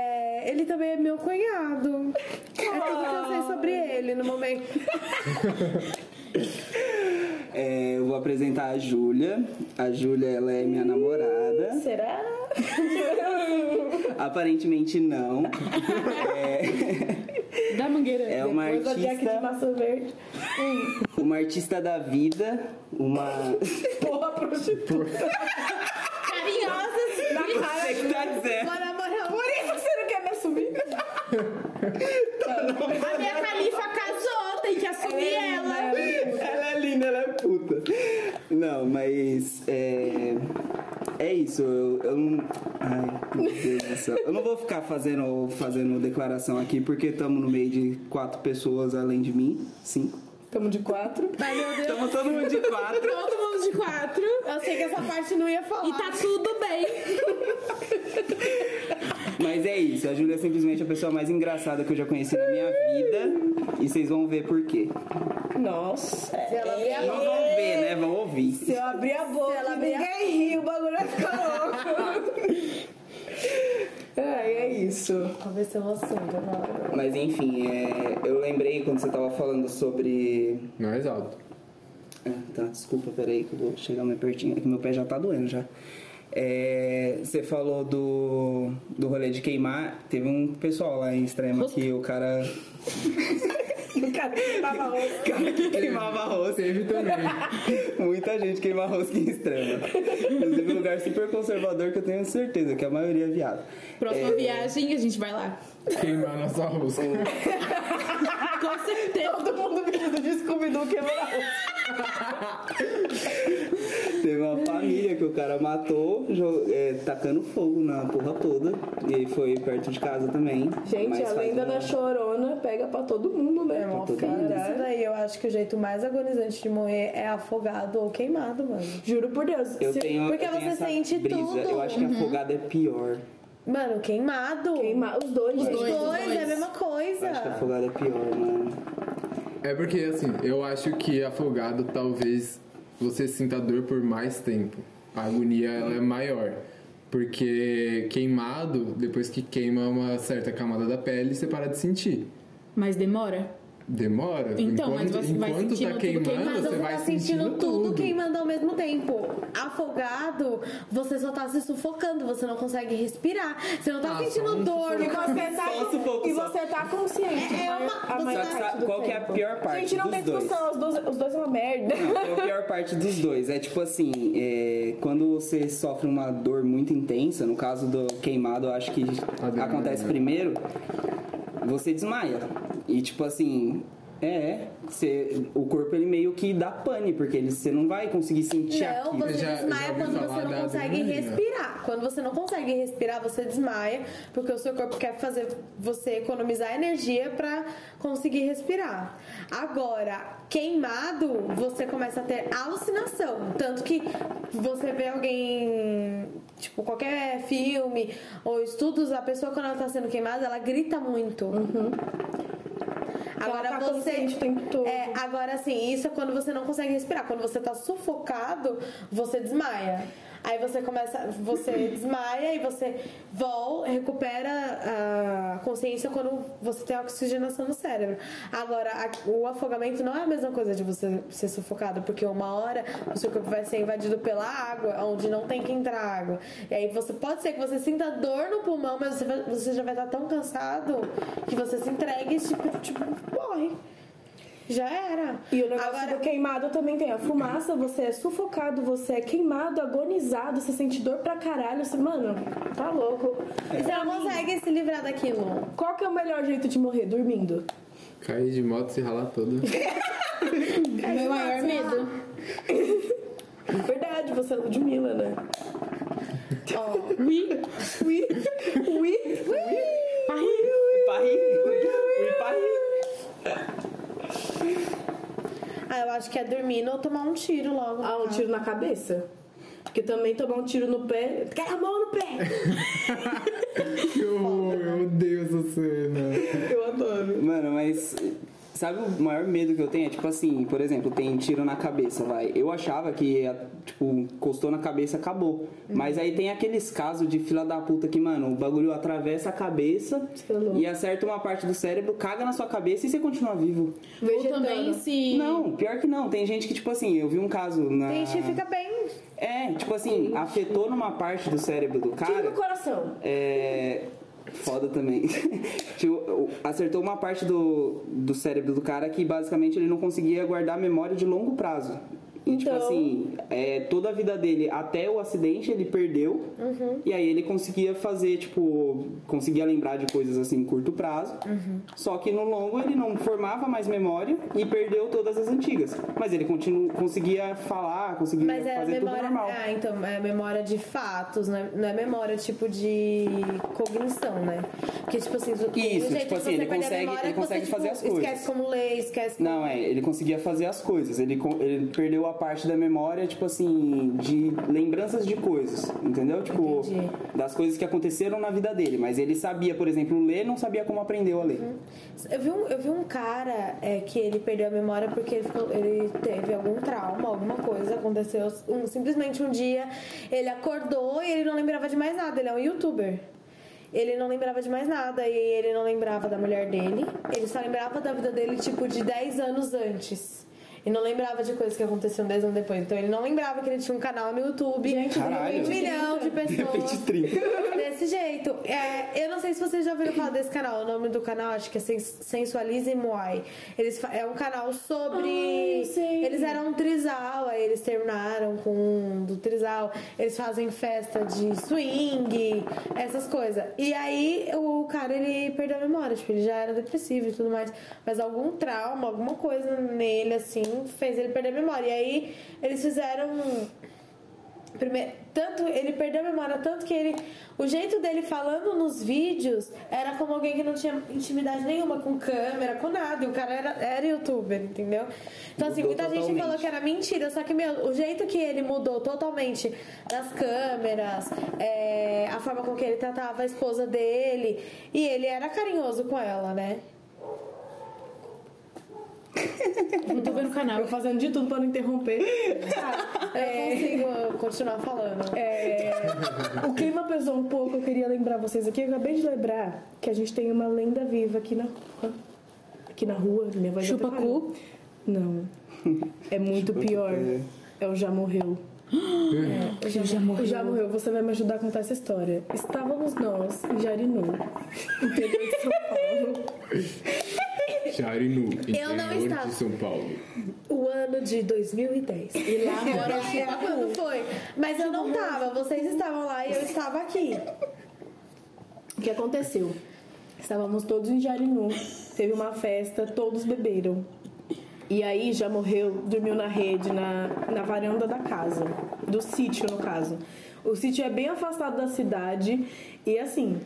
S4: Ele também é meu cunhado. É tudo que eu sei sobre ele no momento.
S5: É, eu vou apresentar a Júlia. A Júlia, ela é minha namorada.
S7: Será?
S5: (laughs) Aparentemente
S7: (laughs)
S5: não. É,
S9: Da mangueira.
S5: é uma
S7: Depois a Jack de
S5: artista,
S7: maçã verde. Hum.
S5: uma artista da vida, uma
S7: (laughs) Porra, prostituta.
S5: (laughs)
S9: Carinhosa, sim.
S5: Você que tá dizendo.
S4: Mas na moral,
S7: Por isso que você não quer me assumir.
S9: A minha califa casou, tem que assumir ela.
S5: Ela é linda, ela é puta. Não, mas é. É isso, eu, eu não. Ai, meu Deus do céu. Eu não vou ficar fazendo, fazendo declaração aqui, porque estamos no meio de quatro pessoas além de mim. Cinco.
S7: Tamo de quatro.
S5: Estamos todo mundo de quatro.
S9: Todo mundo de quatro.
S4: eu sei que essa parte não ia falar.
S9: E tá tudo bem.
S5: Mas é isso, a Júlia é simplesmente a pessoa mais engraçada que eu já conheci na minha vida. E vocês vão ver por quê.
S7: Nossa. Se ela abrir a
S5: Não vão ver, né? Vão ouvir.
S7: Se eu abrir a boca,
S4: ela
S7: e
S4: abrir a-
S7: ninguém ri, o bagulho vai ficar louco. Ai, é isso.
S4: Talvez seja um assunto, agora.
S5: Mas enfim, é, eu lembrei quando você tava falando sobre
S8: Não é alto.
S5: Ah, tá, desculpa, peraí que eu vou chegar mais pertinho. É que meu pé já tá doendo já. É, você falou do, do rolê de queimar. Teve um pessoal lá em Extrema que o
S7: (laughs)
S5: cara,
S7: Nunca tava louco.
S5: cara que queimava arroz.
S8: Teve também.
S5: Muita gente queima arroz aqui em Extrema. Inclusive, um lugar super conservador que eu tenho certeza que a maioria é viado.
S4: É.
S9: Próxima viagem, a gente vai lá.
S8: Queimar nossa rosca.
S9: Com certeza.
S7: Todo mundo pedindo de Scooby-Doo quebrou.
S5: Teve uma família que o cara matou, jo- é, tacando fogo na porra toda. E foi perto de casa também.
S7: Gente,
S5: Mas
S7: a
S5: faz
S7: lenda
S5: um-
S7: da chorona pega pra todo mundo, né?
S5: Pra todo
S7: Caralho.
S5: mundo.
S4: Isso daí, eu acho que o jeito mais agonizante de morrer é afogado ou queimado, mano.
S7: Juro por Deus.
S5: Eu
S7: se-
S5: tenho,
S4: porque
S5: eu tenho
S4: você
S5: essa
S4: sente
S5: brisa.
S4: tudo.
S5: Eu acho que
S7: Uhum.
S5: afogado é pior.
S4: Mano, queimado.
S7: Queimar os dois,
S4: Os
S7: gente.
S4: dois,
S9: Dois, dois.
S4: é a mesma
S5: Eu acho que
S7: Tá.
S4: coisa.
S5: afogado é pior, mano.
S8: É porque, assim, eu acho que afogado talvez você sinta dor por mais tempo. A agonia ela é maior. Porque queimado, depois que queima uma certa camada da pele, você para de sentir.
S9: Mas demora?
S8: Demora.
S9: Então, mas
S8: enquanto,
S9: você vai
S8: enquanto
S9: sentindo
S8: tá
S9: tudo
S8: queimando,
S9: queimado,
S8: você
S4: Você
S8: vai
S4: tá sentindo tudo
S8: tudo.
S4: queimando ao mesmo tempo. Afogado, você só tá se sufocando, você não consegue respirar, você não tá
S8: Ah, só
S4: sentindo
S8: um
S4: dor.
S7: E você tá,
S5: Só sufoco,
S7: e
S5: só.
S7: você tá consciente.
S4: É, é uma-
S7: A
S4: você
S7: maior
S5: Só que
S7: parte
S5: sabe
S7: do
S5: qual que é a
S7: tempo.
S5: pior parte
S7: Gente, não
S5: dos
S7: tem
S5: dois?
S7: discussão. Os dois, os dois são uma merda.
S5: É a pior parte dos dois. É tipo assim, é, quando você sofre uma dor muito intensa, no caso do queimado, eu acho que
S8: Adrenalina.
S5: acontece primeiro, você desmaia. E tipo assim, é, você- o corpo ele meio que dá pane, porque ele, você não vai conseguir sentir
S4: Não,
S5: aquilo.
S4: você
S8: já- já
S4: desmaia
S8: ouvi
S4: quando
S8: falar
S4: você não
S8: da
S4: consegue
S8: adrenalina.
S4: respirar. Quando você não consegue respirar, você desmaia, porque o seu corpo quer fazer você economizar energia pra conseguir respirar. Agora, queimado, você começa a ter alucinação. Tanto que você vê alguém, tipo, qualquer filme ou estudos, a pessoa quando ela tá sendo queimada, ela grita muito.
S8: Uhum.
S4: Agora
S7: Ela tá
S4: você.
S7: consciente o tempo todo.
S4: É, agora assim, isso é quando você não consegue respirar. Quando você tá sufocado, você desmaia. Aí você começa. Você
S7: (laughs)
S4: desmaia e você volta, recupera a consciência quando você tem oxigenação no cérebro. Agora, a- o afogamento não é a mesma coisa de você ser sufocado, porque uma hora o seu corpo vai ser invadido pela água, onde não tem que entrar água. E aí você pode ser que você sinta dor no pulmão, mas você, vai- você já vai estar tão cansado que você se entregue e tipo, tipo, morre. Já era.
S7: E o negócio
S4: Agora,
S7: do queimado também tem a fumaça, você é sufocado, você é queimado, agonizado, você sente dor pra caralho. Você, mano, tá louco. Então,
S4: Você não consegue se livrar daquilo.
S7: Qual que é o melhor jeito de morrer? Dormindo.
S8: Cair de moto e se ralar toda.
S9: Meu maior medo.
S7: Verdade, você é Ludmilla, né?
S9: Ui,
S7: Ui, ui,
S9: parri.
S5: Parri! Ui, parri!
S4: Ah, eu acho que é dormindo ou tomar um tiro logo.
S7: Ah, um tiro na cabeça. Porque também tomar um tiro no pé. Quer a mão no pé!
S8: que horror, meu Deus do céu. né?
S7: Eu adoro.
S5: Mano, mas sabe o maior medo que eu tenho? É tipo assim, por exemplo, tem tiro na cabeça, vai. Eu achava que, tipo, encostou na cabeça,
S4: Uhum.
S5: acabou. Mas aí tem aqueles casos de fila da puta que, mano, o bagulho atravessa a cabeça
S7: é louco.
S5: e acerta uma parte do cérebro, caga na sua cabeça e você continua vivo.
S9: Ou também se.
S5: Não, pior que não. Tem gente que, tipo assim, eu vi um caso na.
S4: Tem gente que fica bem.
S5: É, tipo assim, afetou numa parte do cérebro do
S7: Tiro
S5: cara.
S7: no coração.
S5: É. Foda também. (laughs) Tipo, o- acertou uma parte do, do cérebro do cara que basicamente ele não conseguia guardar memória de longo prazo. E, tipo
S7: Então-
S5: assim, é, toda a vida dele até o acidente ele perdeu.
S7: Uhum.
S5: E aí ele conseguia fazer, tipo, conseguia lembrar de coisas assim em curto prazo.
S7: Uhum.
S5: Só que no longo ele não formava mais memória e perdeu todas as antigas. Mas ele continu, conseguia falar, conseguia
S4: Mas é
S5: fazer tudo
S4: memória.
S5: normal.
S4: Ah, então, é memória de fatos, não é, não é memória tipo de cognição, né? Porque, tipo assim, do, do
S5: Isso,
S4: jeito
S5: tipo
S4: que
S5: assim,
S4: você
S5: ele
S4: perde a
S5: consegue-
S4: memória,
S5: ele
S4: você,
S5: consegue
S4: tipo,
S5: fazer as coisas.
S4: Esquece como ler, esquece
S5: Não, é, ele conseguia fazer as coisas. Ele, con- ele perdeu a parte da memória, tipo assim, de lembranças de coisas, entendeu? Tipo,
S4: Entendi.
S5: das coisas que aconteceram na vida dele. Mas ele sabia, por exemplo, ler, não sabia como aprendeu a ler. (laughs)
S4: Eu vi um, eu vi um cara é, que ele perdeu a memória porque ele, ficou- ele teve algum trauma, alguma coisa aconteceu. Um- simplesmente um dia ele acordou e ele não lembrava de mais nada. Ele é um youtuber. Ele não lembrava de mais nada e ele não lembrava da mulher dele. Ele só lembrava da vida dele, tipo, de 10 anos antes. E não lembrava de coisas que aconteceram 10 anos depois. Então ele não lembrava que ele tinha um canal no YouTube. Gente,
S5: Caralho.
S4: um milhão de pessoas.
S5: Repente 30.
S4: (laughs) Desse jeito. É, eu não sei se vocês já ouviram falar desse canal. O nome do canal acho que é Sens- Sensualize Moai. Eles, fa- é um canal sobre.
S7: Ai, sei.
S4: eles eram um trisal, aí eles terminaram com um do trisal. Eles fazem festa de swing, essas coisas. E aí o cara ele perdeu a memória, tipo, ele já era depressivo e tudo mais. Mas algum trauma, alguma coisa nele, assim, fez ele perder a memória. E aí eles fizeram. Primeiro, tanto ele perdeu a memória tanto que ele o jeito dele falando nos vídeos era como alguém que não tinha intimidade nenhuma com câmera, com nada. E o cara era, era youtuber, entendeu? Então assim,
S5: Mudou
S4: muita gente
S5: totalmente.
S4: falou que era mentira, só que meu, o jeito que ele mudou totalmente das câmeras, é, a forma com que ele tratava a esposa dele, e ele era carinhoso com ela, né?
S9: Não tô vendo o canal.
S7: Eu fazendo de tudo pra não interromper.
S4: Eu consigo continuar falando.
S7: É, o clima pesou um pouco, eu queria lembrar vocês aqui. Eu acabei de lembrar que a gente tem uma lenda viva aqui na rua. Aqui na rua, minha voz já
S9: Chupa
S7: tá parando.
S9: cu?
S7: Não. É muito pior. É o já morreu. É,
S9: Eu já morri.
S7: O Já morreu, você vai me ajudar a contar essa história. Estávamos nós em Jarinu, interior de São Paulo.
S8: Charinu,
S4: Eu não
S8: interior
S4: estava.
S8: de São Paulo.
S4: O ano de 2010.
S9: E
S4: (laughs)
S9: lá mora o
S4: É,
S9: Chupacu.
S4: quando foi? Mas eu não tava, vocês estavam lá e eu estava aqui.
S7: O que aconteceu? Estávamos todos em Jarinu, teve uma festa, todos beberam. E aí já morreu, dormiu na rede, na, na varanda da casa, do sítio no caso. O sítio é bem afastado da cidade e assim,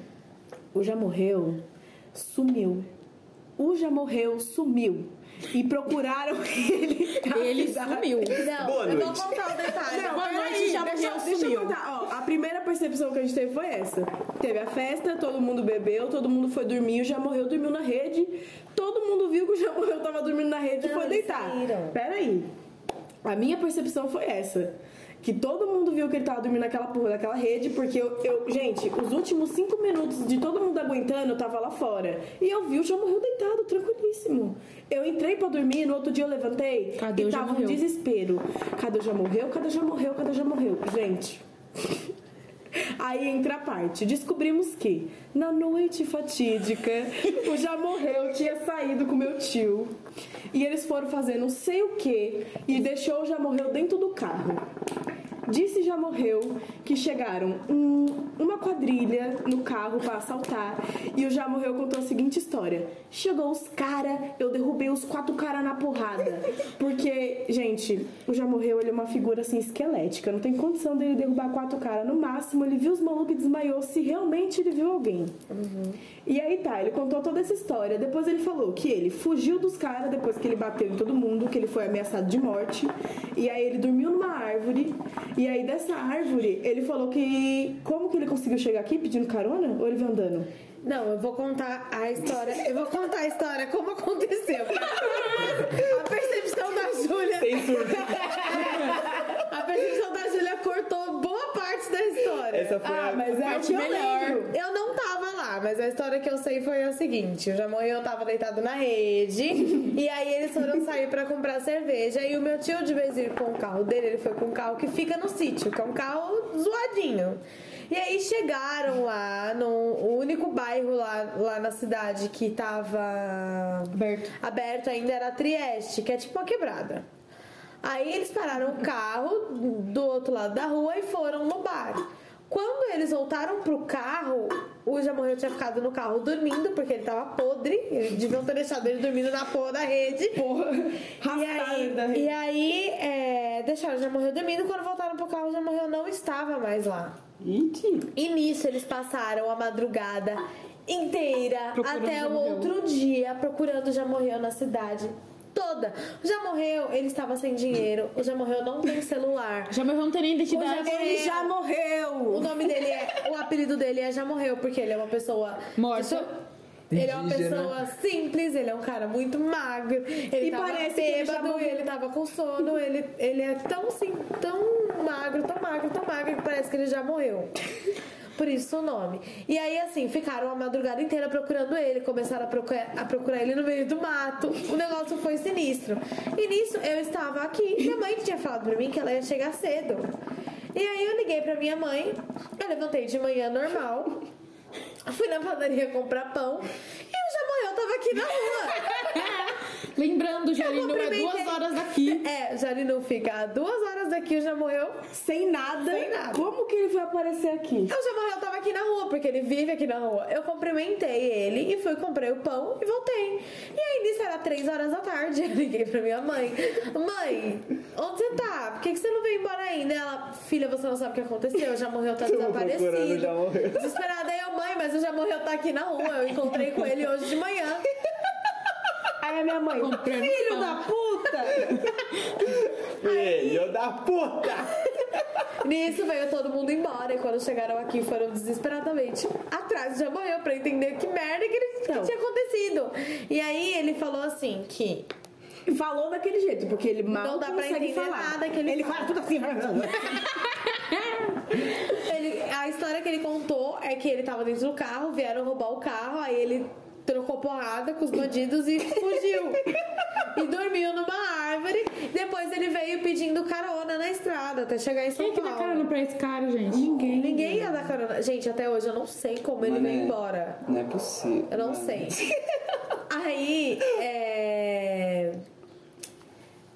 S7: o já morreu sumiu. O já morreu sumiu. E procuraram (laughs) ele. na
S9: Ele
S7: cidade.
S9: sumiu.
S4: Não,
S5: Boa
S4: eu
S5: noite.
S4: vou contar o detalhe.
S7: Não,
S9: Boa
S7: peraí,
S9: noite, já
S7: deixa,
S9: morreu,
S7: deixa
S9: sumiu.
S7: eu contar. Ó, a primeira percepção que a gente teve foi essa. Teve a festa, todo mundo bebeu, todo mundo foi dormir, o já morreu, dormiu na rede. Todo mundo viu que o já morreu tava dormindo na rede e
S4: Não,
S7: foi
S4: eles
S7: deitar.
S4: saíram.
S7: Peraí. A minha percepção foi essa. Que todo mundo viu que ele tava dormindo naquela porra daquela rede, porque eu, eu- Gente, os últimos cinco minutos de todo mundo aguentando, eu tava lá fora. E eu vi o já morreu deitado, tranquilíssimo. Eu entrei pra dormir, no outro dia eu levantei
S9: Cadê
S7: e
S9: o já
S7: tava um
S9: morreu?
S7: desespero. Cadê o já morreu? Cadê o já morreu? Cadê o já morreu? Gente. Aí entra a parte. Descobrimos que na noite fatídica o já morreu tinha saído com meu tio. E eles foram fazer não sei o que e deixou o já morreu dentro do carro. Disse já morreu que chegaram um- uma quadrilha no carro pra assaltar e o Já Morreu contou a seguinte história. Chegou os cara, eu derrubei os quatro cara na porrada. Porque, gente, o Já Morreu ele é uma figura assim esquelética, não tem condição dele derrubar quatro cara. No máximo, ele viu os malucos e desmaiou se realmente ele viu alguém. E aí tá, ele contou toda essa história. Depois ele falou que ele fugiu dos caras depois que ele bateu em todo mundo, que ele foi ameaçado de morte. E aí ele dormiu numa árvore. E aí dessa árvore, ele falou que. Como que ele conseguiu chegar aqui pedindo carona? Ou ele veio andando?
S4: Não, eu vou contar a história. Eu vou contar a história como aconteceu. A percepção da Júlia. (laughs) A percepção da Júlia cortou boa parte da história.
S5: Essa foi a-
S7: mas é
S9: Parte melhor.
S4: Eu não tava lá, mas a história que eu sei foi a seguinte: o Jamon e eu tava deitado
S9: (laughs)
S4: na rede, e aí eles foram sair pra comprar cerveja. E o meu tio, de vez em ir com o carro dele, ele foi com um carro que fica no sítio, que é um carro zoadinho. E aí chegaram lá, no o único bairro lá, lá na cidade que tava
S9: Aberto.
S4: aberto ainda era Trieste, que é tipo uma quebrada. Aí eles pararam o carro do outro lado da rua e foram no bar. Quando eles voltaram pro carro, o Jamorreu tinha ficado no carro dormindo, porque ele tava podre. Eles deviam ter deixado ele dormindo na porra da rede. Porra. E aí,
S7: da rede.
S4: e aí é, deixaram o Jamorreu dormindo. Quando voltaram pro carro, o Jamorreu não estava mais lá.
S9: Gente,
S4: E nisso eles passaram a madrugada inteira
S9: Procurando
S4: até
S9: Já
S4: o
S9: Morreu.
S4: outro dia procurando o Já Morreu na cidade toda. O Já Morreu, ele estava sem dinheiro. O Já Morreu não tem celular.
S9: já morreu, não tem nem
S4: O Já
S9: identidade.
S4: Morreu-
S7: morreu!
S4: O nome dele é. O apelido dele é Já Morreu, porque ele é uma pessoa.
S9: Morta.
S4: Ele é uma
S8: Indígena.
S4: pessoa simples, ele é um cara muito magro, ele
S7: E
S4: tava
S7: parece que ele já
S4: bêbado,
S7: morreu.
S4: ele tava com
S7: (laughs)
S4: sono, ele, ele é tão sim, tão magro, tão magro, tão magro que parece que ele já morreu. Por isso o nome. E aí, assim, ficaram a madrugada inteira procurando ele, começaram a procurar, a procurar ele no meio do mato. O negócio foi sinistro. E nisso eu estava aqui, minha mãe tinha falado pra mim que ela ia chegar cedo. E aí eu liguei pra minha mãe, eu levantei de manhã normal, fui na padaria comprar pão e o Jamorreu tava aqui na
S9: (laughs)
S4: rua.
S9: Lembrando,
S4: Eu
S9: Jarino, é duas
S4: cumprimentei.
S9: horas daqui.
S4: É, Jarinu fica a duas horas daqui, o Jamorreu.
S7: Sem nada.
S4: Sem nada.
S7: Como que ele foi aparecer aqui?
S4: O Jamorreu tava aqui na rua, porque ele vive aqui na rua. Eu cumprimentei ele e fui, comprei o pão e voltei. E aí nisso era três horas da tarde. (laughs) Eu liguei pra minha mãe: Mãe, onde você tá? Por que, que você não veio embora ainda? Ela, filha, você não sabe o que aconteceu, o Jamorreu
S5: (laughs)
S4: tá
S5: Tô procurando,
S4: desaparecido.
S5: Já Morreu.
S4: Desesperada, aí eu, mãe, mas o Jamorreu tá aqui na rua. Eu encontrei com ele hoje de manhã.
S7: Aí a minha mãe,
S9: Comprando
S7: filho
S9: pão."
S7: da puta!
S5: Filho da puta!
S4: Nisso veio todo mundo embora e quando chegaram aqui foram desesperadamente atrás já morreu pra entender que merda que, ele- que
S7: Então.
S4: tinha acontecido. E aí ele falou assim que
S7: E falou daquele jeito, porque ele mal
S4: Não dá pra
S7: consegue
S4: entender
S7: falar.
S4: nada que ele fala.
S7: tudo assim. (laughs)
S4: ele- a história que ele contou é que ele tava dentro do carro, vieram roubar o carro, aí ele trocou porrada com os bandidos e fugiu. e dormiu numa árvore. Depois ele veio pedindo carona na estrada até chegar em São
S9: Quem é que dá
S4: Paulo.
S9: carona pra né? esse cara, gente? Ninguém.
S4: Ninguém ia dar carona. Gente, até hoje eu não sei como ele
S5: Mano,
S4: veio
S5: é-
S4: embora.
S5: Não é possível.
S4: Eu não
S5: mano.
S4: sei. Aí, é...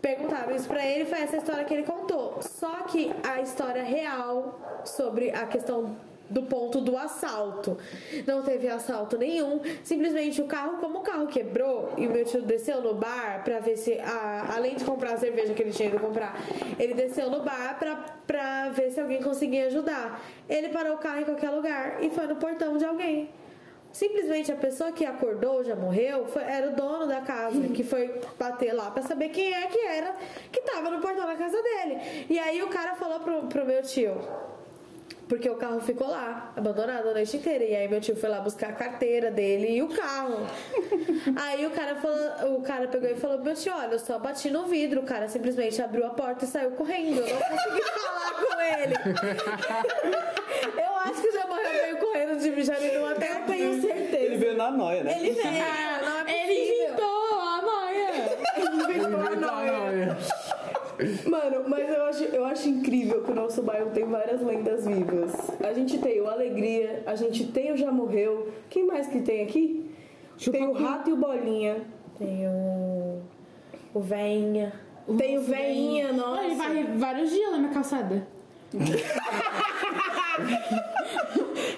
S4: Perguntaram isso pra ele, foi essa história que ele contou. Só que a história real sobre a questão do ponto do assalto. Não teve assalto nenhum. Simplesmente o carro, como o carro quebrou e o meu tio desceu no bar pra ver se, a- além de comprar a cerveja que ele tinha ido comprar, ele desceu no bar pra, pra ver se alguém conseguia ajudar. Ele parou o carro em qualquer lugar e foi no portão de alguém. Simplesmente a pessoa que acordou, já morreu, foi- era o dono da casa, que foi bater lá pra saber quem é que era que tava no portão da casa dele. E aí o cara falou pro, pro meu tio. Porque o carro ficou lá, abandonado a noite inteira. E aí meu tio foi lá buscar a carteira dele e o carro. aí o cara falou, o cara pegou e falou: pro meu tio, olha, eu só bati no vidro, o cara simplesmente abriu a porta e saiu correndo. Eu não consegui (laughs) falar com ele. eu acho que já morreu meio correndo de Mijarinu até eu tenho certeza.
S5: Ele veio na noia, né?
S4: Hum. Ele veio, não é
S9: Ele
S4: possível.
S9: inventou a noia.
S8: Inventar nóia.
S7: Mano, mas eu acho, eu acho incrível que o nosso bairro tem várias lendas vivas. A gente tem o Alegria, a gente tem o Já Morreu. Quem mais que tem aqui? tem o Rato e o Bolinha.
S4: Tem o. O Veinha.
S7: Tem o Uhum. Veinha, nossa.
S9: Olha, ele varre vários dias na minha calçada.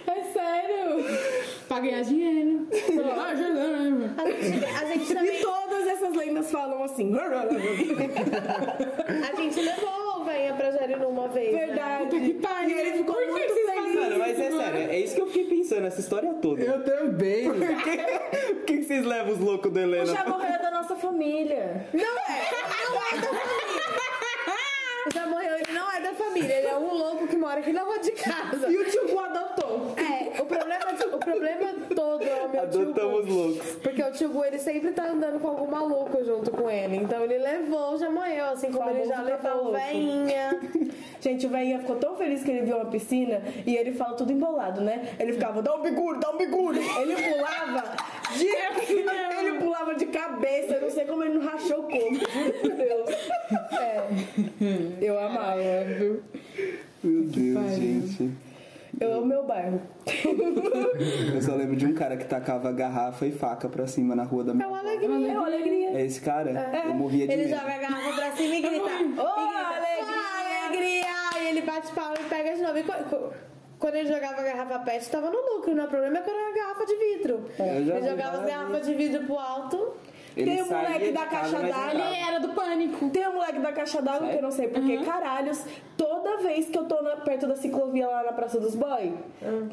S7: É sério.
S9: Pra ganhar dinheiro. Ah, jogando, né?
S4: A gente, a gente
S7: E
S4: também.
S7: todas essas lendas falam assim.
S4: (laughs) A gente levou a ovelha pra Jarinu uma vez. né?
S7: Verdade.
S9: Puta que pariu.
S7: E ele ficou
S9: Por que
S7: muito
S9: vocês
S7: feliz.
S9: fazem
S5: Mano, mas é sério, é isso que eu fiquei pensando essa história toda.
S8: Eu também.
S5: Por que, por que que vocês levam os loucos do
S7: O
S5: Helena?
S7: Jamorreu é da nossa família.
S4: Não é! Não é da família! Já morreu, ele não é da família, ele é um louco que mora aqui na rua de casa.
S7: E o tio Gu adotou.
S4: É, o problema, o problema todo é o meu
S5: Adotamos
S4: tio Gu.
S5: loucos.
S4: Porque o tio Gu, ele sempre tá andando com algum maluco junto com ele. Então ele levou o Jamael, assim como ele
S7: Famoso tá
S4: já levou
S7: maluco.
S4: o Veinha.
S7: Gente, o velhinho ficou tão feliz que ele viu uma piscina e ele fala tudo embolado, né? Ele ficava, dá um bigulho, dá um bigulho. Ele pulava (laughs) de. ele pulava de cabeça, eu não sei como ele não rachou o corpo. juro por (laughs) Deus. É. Eu amava, viu?
S5: Meu Deus, gente.
S7: Eu amo meu bairro.
S5: Eu só lembro de um cara que tacava garrafa e faca pra cima na rua da minha. avó.
S7: É uma alegria.
S5: É esse cara? Eu morria de
S4: Ele
S5: medo.
S4: joga a garrafa pra cima e grita. Ô, alegria! alegria! E ele bate palma e pega de novo. E co- co- quando ele jogava a garrafa pet, tava no lucro. Não é problema é quando era garrafa de vidro.
S5: É, Eu já
S4: Ele jogava as
S5: vi.
S4: garrafas de vidro pro alto.
S5: Ele
S7: Tem um
S5: saía
S7: moleque
S5: de
S7: da
S5: casa,
S7: caixa
S5: mas
S7: d'água.
S5: entrava.
S9: Ele era do pânico.
S7: Tem um moleque da caixa d'água que eu não sei porque, caralhos, toda vez que eu tô na- perto da ciclovia lá na Praça dos Boy,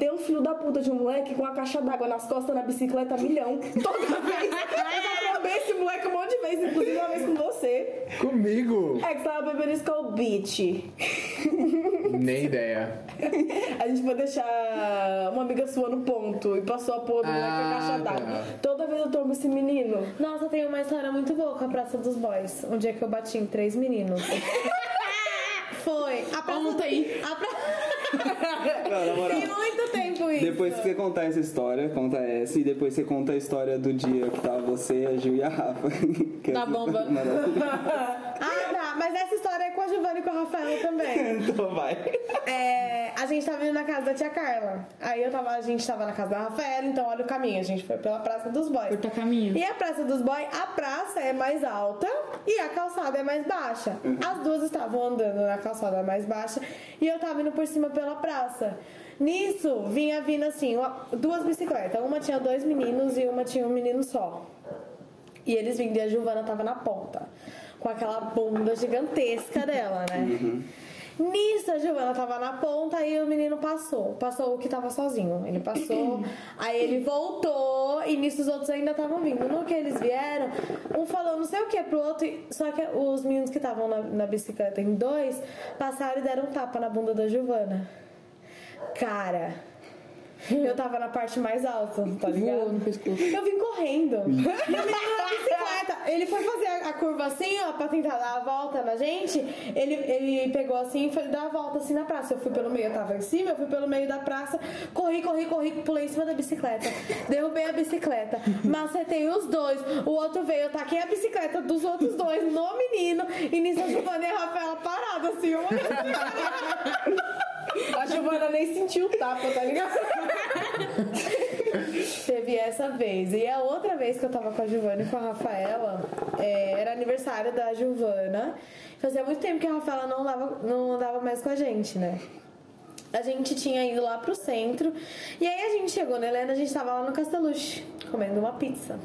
S7: tem um filho da puta de um moleque com a caixa d'água nas costas na bicicleta milhão. (laughs) Toda vez. Eu já trombei esse moleque um monte de vezes, inclusive uma vez com você.
S8: Comigo.
S7: É que você tava bebendo Skull Beach.
S8: Nem ideia.
S7: A gente foi deixar uma amiga sua no ponto e passou a pôr do moleque com a
S8: Ah,
S7: caixa d'água.
S8: tá.
S7: Toda vez eu trombo esse menino.
S4: Nossa, tem uma história muito boa com a Praça dos Boys. Um dia que eu bati em três
S5: (laughs)
S4: meninos. Foi. A praça
S9: Conta aí.
S4: A pra...
S5: (laughs) Não, na moral.
S4: Tem muito tempo isso.
S5: Depois que você contar essa história, conta essa, e depois você conta a história do dia que tava você, a Gil e a Rafa. (laughs) Que é
S9: Da
S5: essa-
S9: bomba.
S4: (laughs) Ah, tá. Mas essa história é com a Giovanna e com o Rafael também.
S5: então vai.
S4: É, a gente tava indo na casa da tia Carla. Aí eu tava, a gente tava na casa da Rafaela, então olha o caminho. A gente foi pela Praça dos Boys.
S9: Corta caminho.
S4: E a Praça dos Boys, a praça é mais alta e a calçada é mais baixa. As duas estavam andando na calçada mais baixa e eu tava indo por cima pela praça. Nisso, vinha vindo assim, uma- duas bicicletas. Uma tinha dois meninos e uma tinha um menino só. E eles vindo e a Giovana tava na ponta. Com aquela bunda gigantesca dela, né? Nisso, a Giovana tava na ponta e o menino passou. Passou o que tava sozinho. Ele passou, aí ele voltou e nisso os outros ainda estavam vindo. No que eles vieram, um falou não sei o que pro outro. e- Só que os meninos que estavam na, na bicicleta em dois passaram e deram um tapa na bunda da Giovana. Cara, eu tava na parte mais alta, tá ligado?
S9: Voou no pescoço.
S4: Eu vim correndo. (laughs) E o menino na bicicleta. Ele foi fazer a, a curva assim, ó, pra tentar dar a volta na gente. Ele, ele pegou assim e foi dar a volta assim na praça. Eu fui pelo meio, eu tava em cima, eu fui pelo meio da praça. Corri, corri, corri, pulei em cima da bicicleta. Derrubei a bicicleta. Macetei os dois. O outro veio, eu taquei a bicicleta dos outros dois no menino. E nisso a Giovanna e a Rafaela paradas assim, uma
S7: A Giovana nem sentiu o tapa, tá ligado?
S4: Teve essa vez. E a outra vez que eu tava com a Giovana e com a Rafaela, é, era aniversário da Giovana. Fazia muito tempo que a Rafaela não, andava- não andava mais com a gente, né? A gente tinha ido lá pro centro. E aí a gente chegou na Helena, a gente tava lá no Casteluche, comendo uma pizza.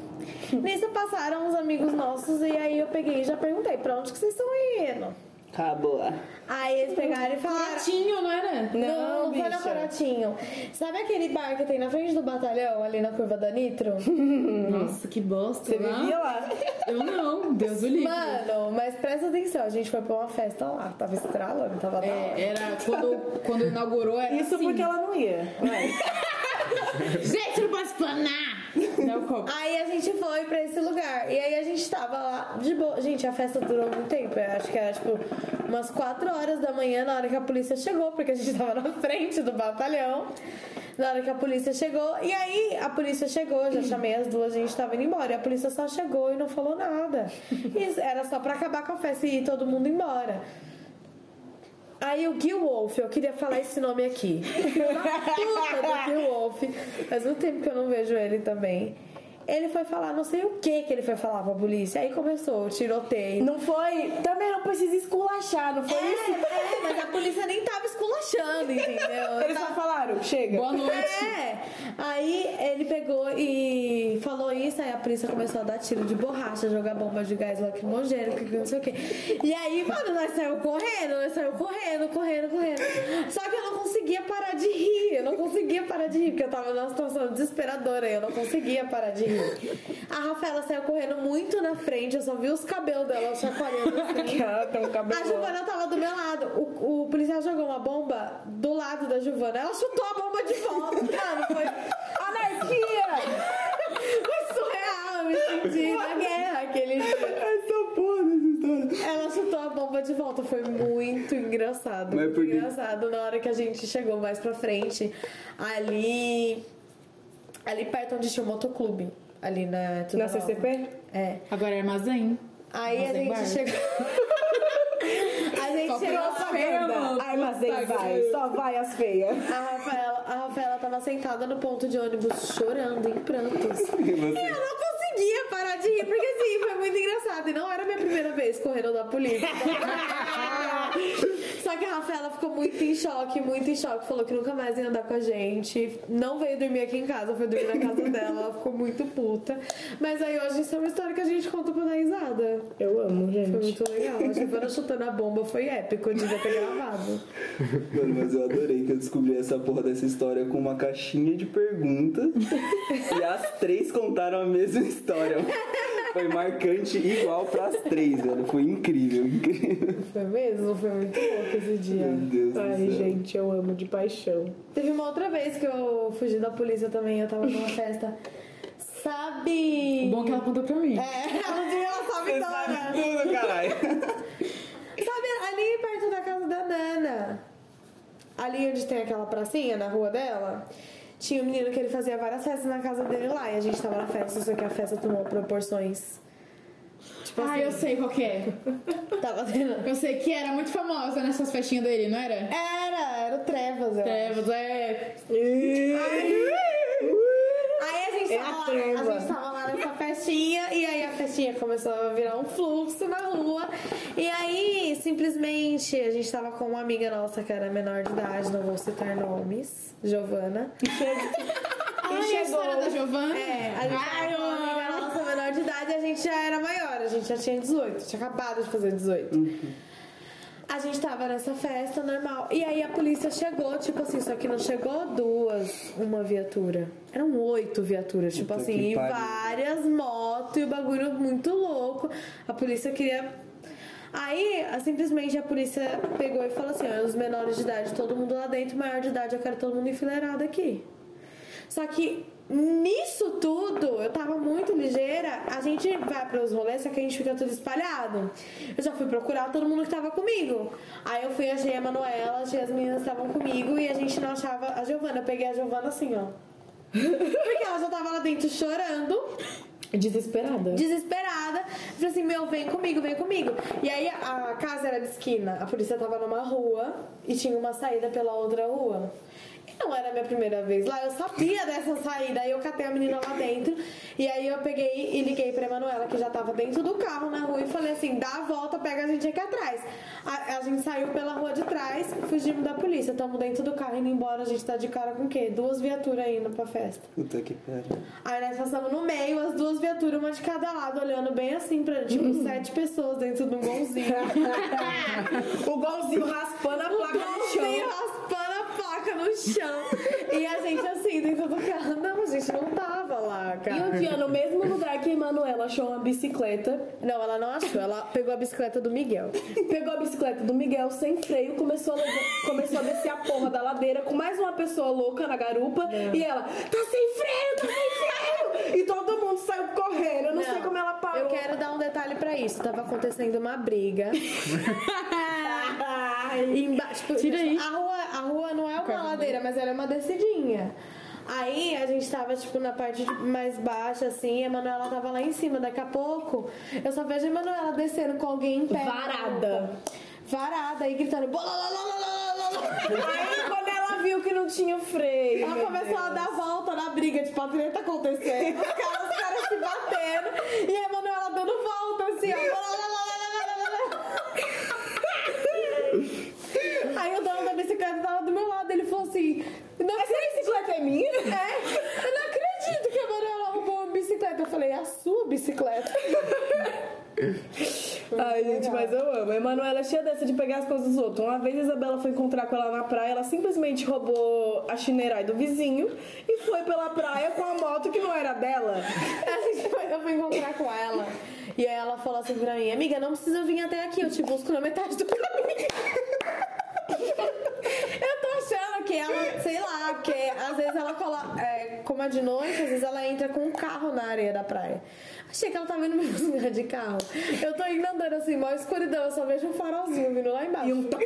S4: Nisso passaram uns amigos nossos e aí eu peguei e já perguntei, pra onde que vocês estão indo?
S5: Acabou.
S4: Aí eles pegaram e falaram...
S9: Baratinho, não era?
S4: Não, não foi no
S7: bicha.
S4: Corotinho. Sabe aquele bar que tem na frente do batalhão, ali na curva da
S7: (laughs)
S4: Nitro?
S9: Nossa, que bosta.
S7: Você
S9: não?
S7: vivia lá.
S9: Eu não, Deus o livre.
S4: Mano, mas presta atenção, a gente foi pra uma festa lá, tava estralando, tava da hora.
S9: É, era quando, quando inaugurou, era
S7: Isso
S9: assim.
S7: porque ela não ia.
S9: Gente, não pode espanar! Não, como?
S4: Aí a gente foi pra esse lugar. E aí a gente tava lá de boa. Gente, a festa durou muito tempo. Eu acho que era tipo umas 4 horas da manhã na hora que a polícia chegou, porque a gente (laughs) tava na frente do batalhão. Na hora que a polícia chegou. E aí a polícia chegou, eu já chamei as duas, a gente tava indo embora. E a polícia só chegou e não falou nada. E era só pra acabar com a festa e ir todo mundo embora. Aí o Gil Wolf, eu queria falar esse nome um aqui. Filho da puta do Gil Wolf. Faz muito tempo que eu não vejo ele também. Ele foi falar, não sei o que que ele foi falar pra polícia. Aí começou o tiroteio.
S7: Não foi? Também não precisa esculachar, não foi isso?
S4: É, mas a polícia nem tava esculachando, entendeu?
S7: Eles só
S4: Tava-
S7: falaram, chega.
S9: Boa noite.
S4: (laughs) É. Aí ele pegou e falou isso, aí a polícia começou a dar tiro de borracha, jogar bomba de gás lacrimogêneo, que que não sei o quê. E aí, mano, nós saímos correndo, nós saímos correndo, correndo, correndo. Só que eu não conseguia parar de rir, eu não conseguia parar de rir, porque eu tava numa situação desesperadora, eu não conseguia parar de rir. A Rafaela saiu correndo muito na frente, eu só vi os cabelos dela chacoalhando
S9: (laughs)
S4: assim.
S7: Ela tem um cabelo.
S4: A Giovana tava do meu lado. O, o policial jogou uma bomba do lado da Giovana. Ela chutou a bomba de volta.
S5: (laughs)
S4: Mano, foi.
S7: Anarquia!
S4: Foi surreal. Eu me senti na guerra aquele dia.
S5: Essa É porra dessa história.
S4: Ela chutou a bomba de volta. Foi muito engraçado.
S5: Mas
S4: muito
S5: por quê?
S4: engraçado. Na hora que a gente chegou mais pra frente, ali. Ali perto onde tinha o motoclube. Ali na. Tudo
S7: Na
S4: Nova.
S7: CCP?
S4: É.
S9: Agora é armazém.
S4: Aí a
S9: Armazém
S4: gente
S9: Bar.
S4: chegou. (laughs) A gente
S9: Só
S4: chegou
S9: pela
S4: lá-
S9: feira,
S4: Ah,
S9: mano.
S7: Armazém
S9: Puta
S7: vai,
S9: que-
S7: só vai as feias.
S4: A Rafaela, a Rafaela tava sentada no ponto de ônibus chorando em prantos.
S5: E você?
S4: Eu não conseguia parar de rir, porque assim, foi muito engraçado. E não era a minha primeira vez correndo da
S7: (laughs)
S4: polícia. Só que a Rafaela ficou muito em choque, muito em choque. Falou que nunca mais ia andar com a gente. Não veio dormir aqui em casa, foi dormir na casa dela. Ela ficou muito puta. Mas aí hoje isso é uma história que a gente conta pra dar risada.
S7: Eu amo,
S4: Foi
S7: gente.
S4: muito legal. A Giovana chutando a bomba foi épico, devia ter gravado.
S5: Mano, mas eu adorei que eu descobri essa porra dessa história com uma caixinha de perguntas e as três contaram a mesma história. Foi marcante igual pras três, velho. Foi incrível, incrível.
S4: Foi Tá mesmo? Foi muito louco esse dia.
S5: Meu Deus
S7: Ai,
S5: do céu.
S7: gente, eu amo de paixão.
S4: Teve uma outra vez que eu fugi da polícia também, eu tava numa festa. Sabe?
S9: Bom que ela contou pra mim.
S4: É, ela diz, ela sabe
S5: Você
S4: toda.
S5: sabe tudo, caralho.
S4: Sabe, ali perto da casa da Nana. Ali onde tem aquela pracinha na rua dela. Tinha um menino que ele fazia várias festas na casa dele lá. E a gente tava na festa, só que a festa tomou proporções. Tipo assim,
S9: Ah, eu sei qual que é.
S4: tava tendo.
S9: Eu sei que era muito famosa nessas festinhas dele, não
S4: É.
S9: era?
S4: Era, era o Trevas, eu
S9: É, mas é.
S4: Aí a gente,
S7: É
S4: tava
S7: a
S4: lá,
S7: treva.
S4: a gente tava lá nessa festinha e aí a festinha começou a virar um fluxo na rua. E aí, simplesmente, a gente tava com uma amiga nossa que era menor de idade, não vou citar nomes, Giovana.
S9: Ai, a história da Giovana.
S4: É, a gente
S9: Ai,
S4: tava
S9: eu
S4: com é uma amiga
S9: amo.
S4: nossa menor de idade e a gente já era maior, a gente já tinha 18, tinha acabado de fazer 18. A gente tava nessa festa normal. E aí a polícia chegou, tipo assim, só que não chegou duas, uma viatura. Eram oito viaturas, tipo
S5: Puta
S4: assim,
S5: que
S4: e
S5: pariu.
S4: várias motos e o bagulho muito louco. A polícia queria. Aí, a- simplesmente, a polícia pegou e falou assim: ó, os menores de idade, todo mundo lá dentro, maior de idade, eu quero todo mundo enfileirado aqui. Só que nisso tudo, eu tava muito ligeira. A gente vai pros rolês, só que a gente fica tudo espalhado. Eu já fui procurar todo mundo que tava comigo. Aí eu fui, achei a Manuela, achei as meninas que estavam comigo e a gente não achava a Giovana. Eu peguei a Giovana assim, ó. (laughs) Porque ela já tava lá dentro chorando
S7: Desesperada.
S4: desesperada. Eu Falei assim, meu, vem comigo, vem comigo. E aí a casa era de esquina, a polícia tava numa rua e tinha uma saída pela outra rua. E não era a minha primeira vez lá, eu sabia dessa saída. Aí eu catei a menina lá dentro. E aí eu peguei e liguei pra Emanuela, que já tava dentro do carro na rua, e falei assim: dá a volta, pega a gente aqui atrás. A, a gente saiu pela rua de trás, fugimos da polícia. Tamo dentro do carro indo embora. A gente tá de cara com o quê? Duas viaturas indo pra festa.
S5: Puta que pariu.
S4: Aí nós passamos no meio, as duas viaturas, uma de cada lado, olhando bem assim pra tipo sete pessoas dentro de um (laughs) golzinho.
S7: O golzinho raspando a placa no
S4: golzinho
S7: chão.
S4: raspando a placa no chão. (laughs) E a gente assim, dentro do carro. Não, a gente não tava lá,
S7: E
S4: cara.
S7: um dia, no mesmo lugar que a Emanuela achou uma bicicleta,
S4: Não, ela não achou, ela pegou a bicicleta do Miguel.
S7: pegou a bicicleta do Miguel sem freio, começou a, levar- começou a descer a porra da ladeira com mais uma pessoa louca na garupa
S4: É.
S7: e ela, tá sem freio, tá sem freio! E todo mundo saiu correndo, eu não, sei como ela parou.
S4: Eu quero dar um detalhe pra isso. Tava acontecendo uma
S7: (laughs)
S4: briga. Emba- tipo,
S9: Tira aí.
S4: A rua, a rua não é uma ladeira, mas ela é uma descidinha. Aí a gente tava, tipo, na parte mais baixa, assim, e a Manuela tava lá em cima. Daqui a pouco, eu só vejo a Manuela descendo com alguém em pé.
S7: Varada.
S4: Varada, aí gritando... "Bololololololololol".
S7: Aí quando ela viu que não tinha freio.
S4: Ela começou a dar volta na briga, tipo, a treta tá acontecendo. Os caras, os caras correndo e a Manuela dando volta assim, ó. Lá, lá, lá, lá, lá, lá, lá, lá. Aí o dono da bicicleta tava do meu lado, ele falou assim: não Essa bicicleta é minha? É. Eu não acredito que a Manuela roubou a bicicleta. Eu falei, é a sua bicicleta.
S7: Ai, gente, mas eu amo. A Emanuela é cheia dessa de pegar as coisas dos outros. Uma vez a Isabela foi encontrar com ela na praia, ela simplesmente roubou a chinerai do vizinho e foi pela praia com a moto que não era dela.
S4: A gente foi- (laughs) eu fui encontrar com ela. E aí ela falou assim pra mim, amiga, não precisa vir até aqui, eu te busco na metade do caminho. (laughs) Eu tô achando que ela, sei lá, porque às vezes ela cola, é, como é de noite, às vezes ela entra com um carro na areia da praia. Achei que ela tava indo (laughs) me buscar de carro. Eu tô indo andando assim, mó escuridão, eu só vejo um farolzinho vindo lá embaixo.
S7: E um toque.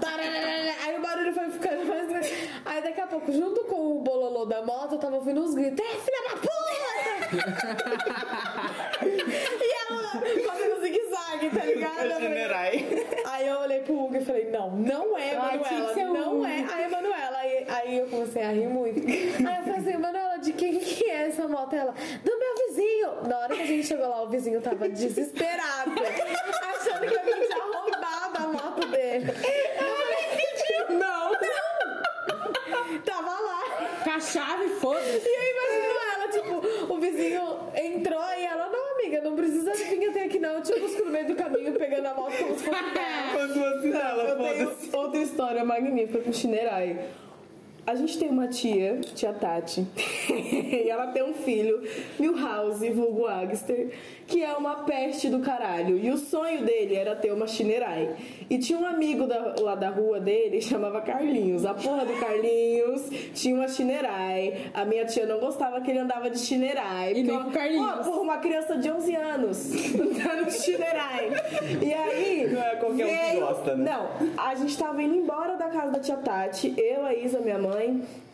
S4: Tararara. Aí o barulho foi ficando mais grande. Aí daqui a pouco, junto com o bololô da moto, eu tava ouvindo uns gritos. É, filha da puta! e ela fazendo zigue-zague, tá ligado? Eu falei- Aí eu olhei pro Hugo e falei, não, não é,
S7: Ai, tinha que
S4: Manuela,
S7: ser o
S4: não
S7: Hugo.
S4: é. Aí a Manuela, aí, aí eu comecei a rir muito. Aí eu falei assim, Manuela, de quem que é essa moto? Ela, do meu vizinho. Na hora que a gente chegou lá, o vizinho tava desesperado, achando que alguém tinha roubado a moto dele. Eu não não. Tava lá.
S9: Com a chave, foda-se.
S4: E aí imagino ela, tipo, o vizinho entrou e ela, não, amiga, não precisa vir até aqui não, eu te busco no meio do caminho pegando a moto como se fosse dela.
S5: Quando você dela,
S7: Eu tenho
S5: foda-se.
S7: outra história magnífica com Shinerai. A gente tem uma tia, tia Tati, (laughs) e ela tem um filho, Milhouse, vulgo Agster, que é uma peste do caralho. E o sonho dele era ter uma Shinerai. E tinha um amigo da- lá da rua dele, (laughs) chamava Carlinhos. A porra do Carlinhos tinha uma Shinerai. A minha tia não gostava que ele andava de Shinerai.
S9: E nem
S7: porque-
S9: com Carlinhos.
S7: Pô, porra, uma criança de 11 anos (laughs) andando de Shinerai. E aí...
S5: Não é qualquer um que
S7: veio-
S5: gosta, né?
S7: Não, a gente tava indo embora da casa da tia Tati, eu, a Isa, minha mãe,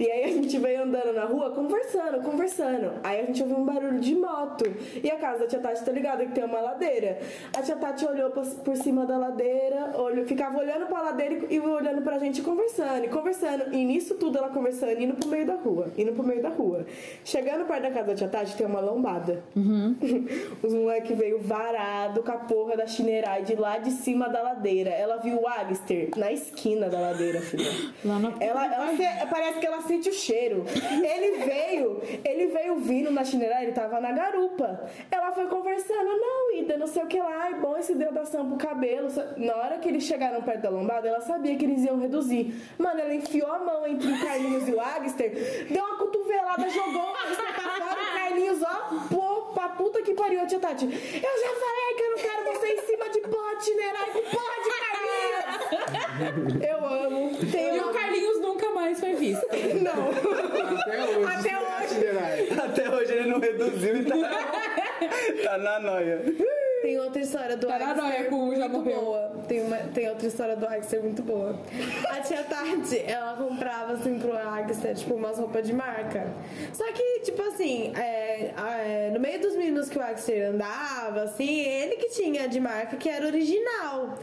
S7: e aí a gente veio andando na rua conversando, conversando. Aí a gente ouviu um barulho de moto. E a casa da tia Tati tá ligada que tem uma ladeira. A tia Tati olhou pra- por cima da ladeira, olhou, ficava olhando pra ladeira e olhando pra gente conversando, e conversando. E nisso tudo ela conversando, indo pro meio da rua, indo pro meio da rua. Chegando perto da casa da tia Tati tem uma lombada. (laughs) Os moleques veio varado com a porra da chinerai de lá de cima da ladeira. Ela viu o Alistair na esquina da ladeira, filha.
S9: Lá na-
S7: Ela, ela se- parece que ela sente o cheiro. Ele veio, ele veio vindo na chinerai, ele tava na garupa. Ela foi conversando, não, Ida, não sei o que lá, ai, bom esse deodação pro cabelo. Na hora que eles chegaram perto da lombada, ela sabia que eles iam reduzir. Mano, ela enfiou a mão entre o Carlinhos e o Alistair, deu uma cotovelada, jogou o Alistair pra fora, o Carlinhos, ó, pô, pra puta que pariu, tia Tati. Eu já falei que eu não quero você em cima de porra de
S4: né,
S7: chinerai, com porra de Carlinhos. Eu amo.
S9: E
S7: Tenho
S9: o Carlinhos nunca mais foi visto.
S4: (laughs)
S7: Não.
S8: Até
S7: Até
S8: hoje. isso é
S7: hoje.
S8: Shinerai.
S5: Até hoje ele não reduziu e tá, tá na noia.
S4: Tem outra história do
S9: Tá na
S4: Axter
S9: noia com o
S4: muito
S9: já morreu.
S4: boa. Tem, uma, tem outra história do Axter muito boa. A tia Tati, ela comprava assim pro Axter, tipo, umas roupas de marca. Só que, tipo assim, é, é, no meio dos meninos que o Axter andava, assim, ele que tinha de marca que era original.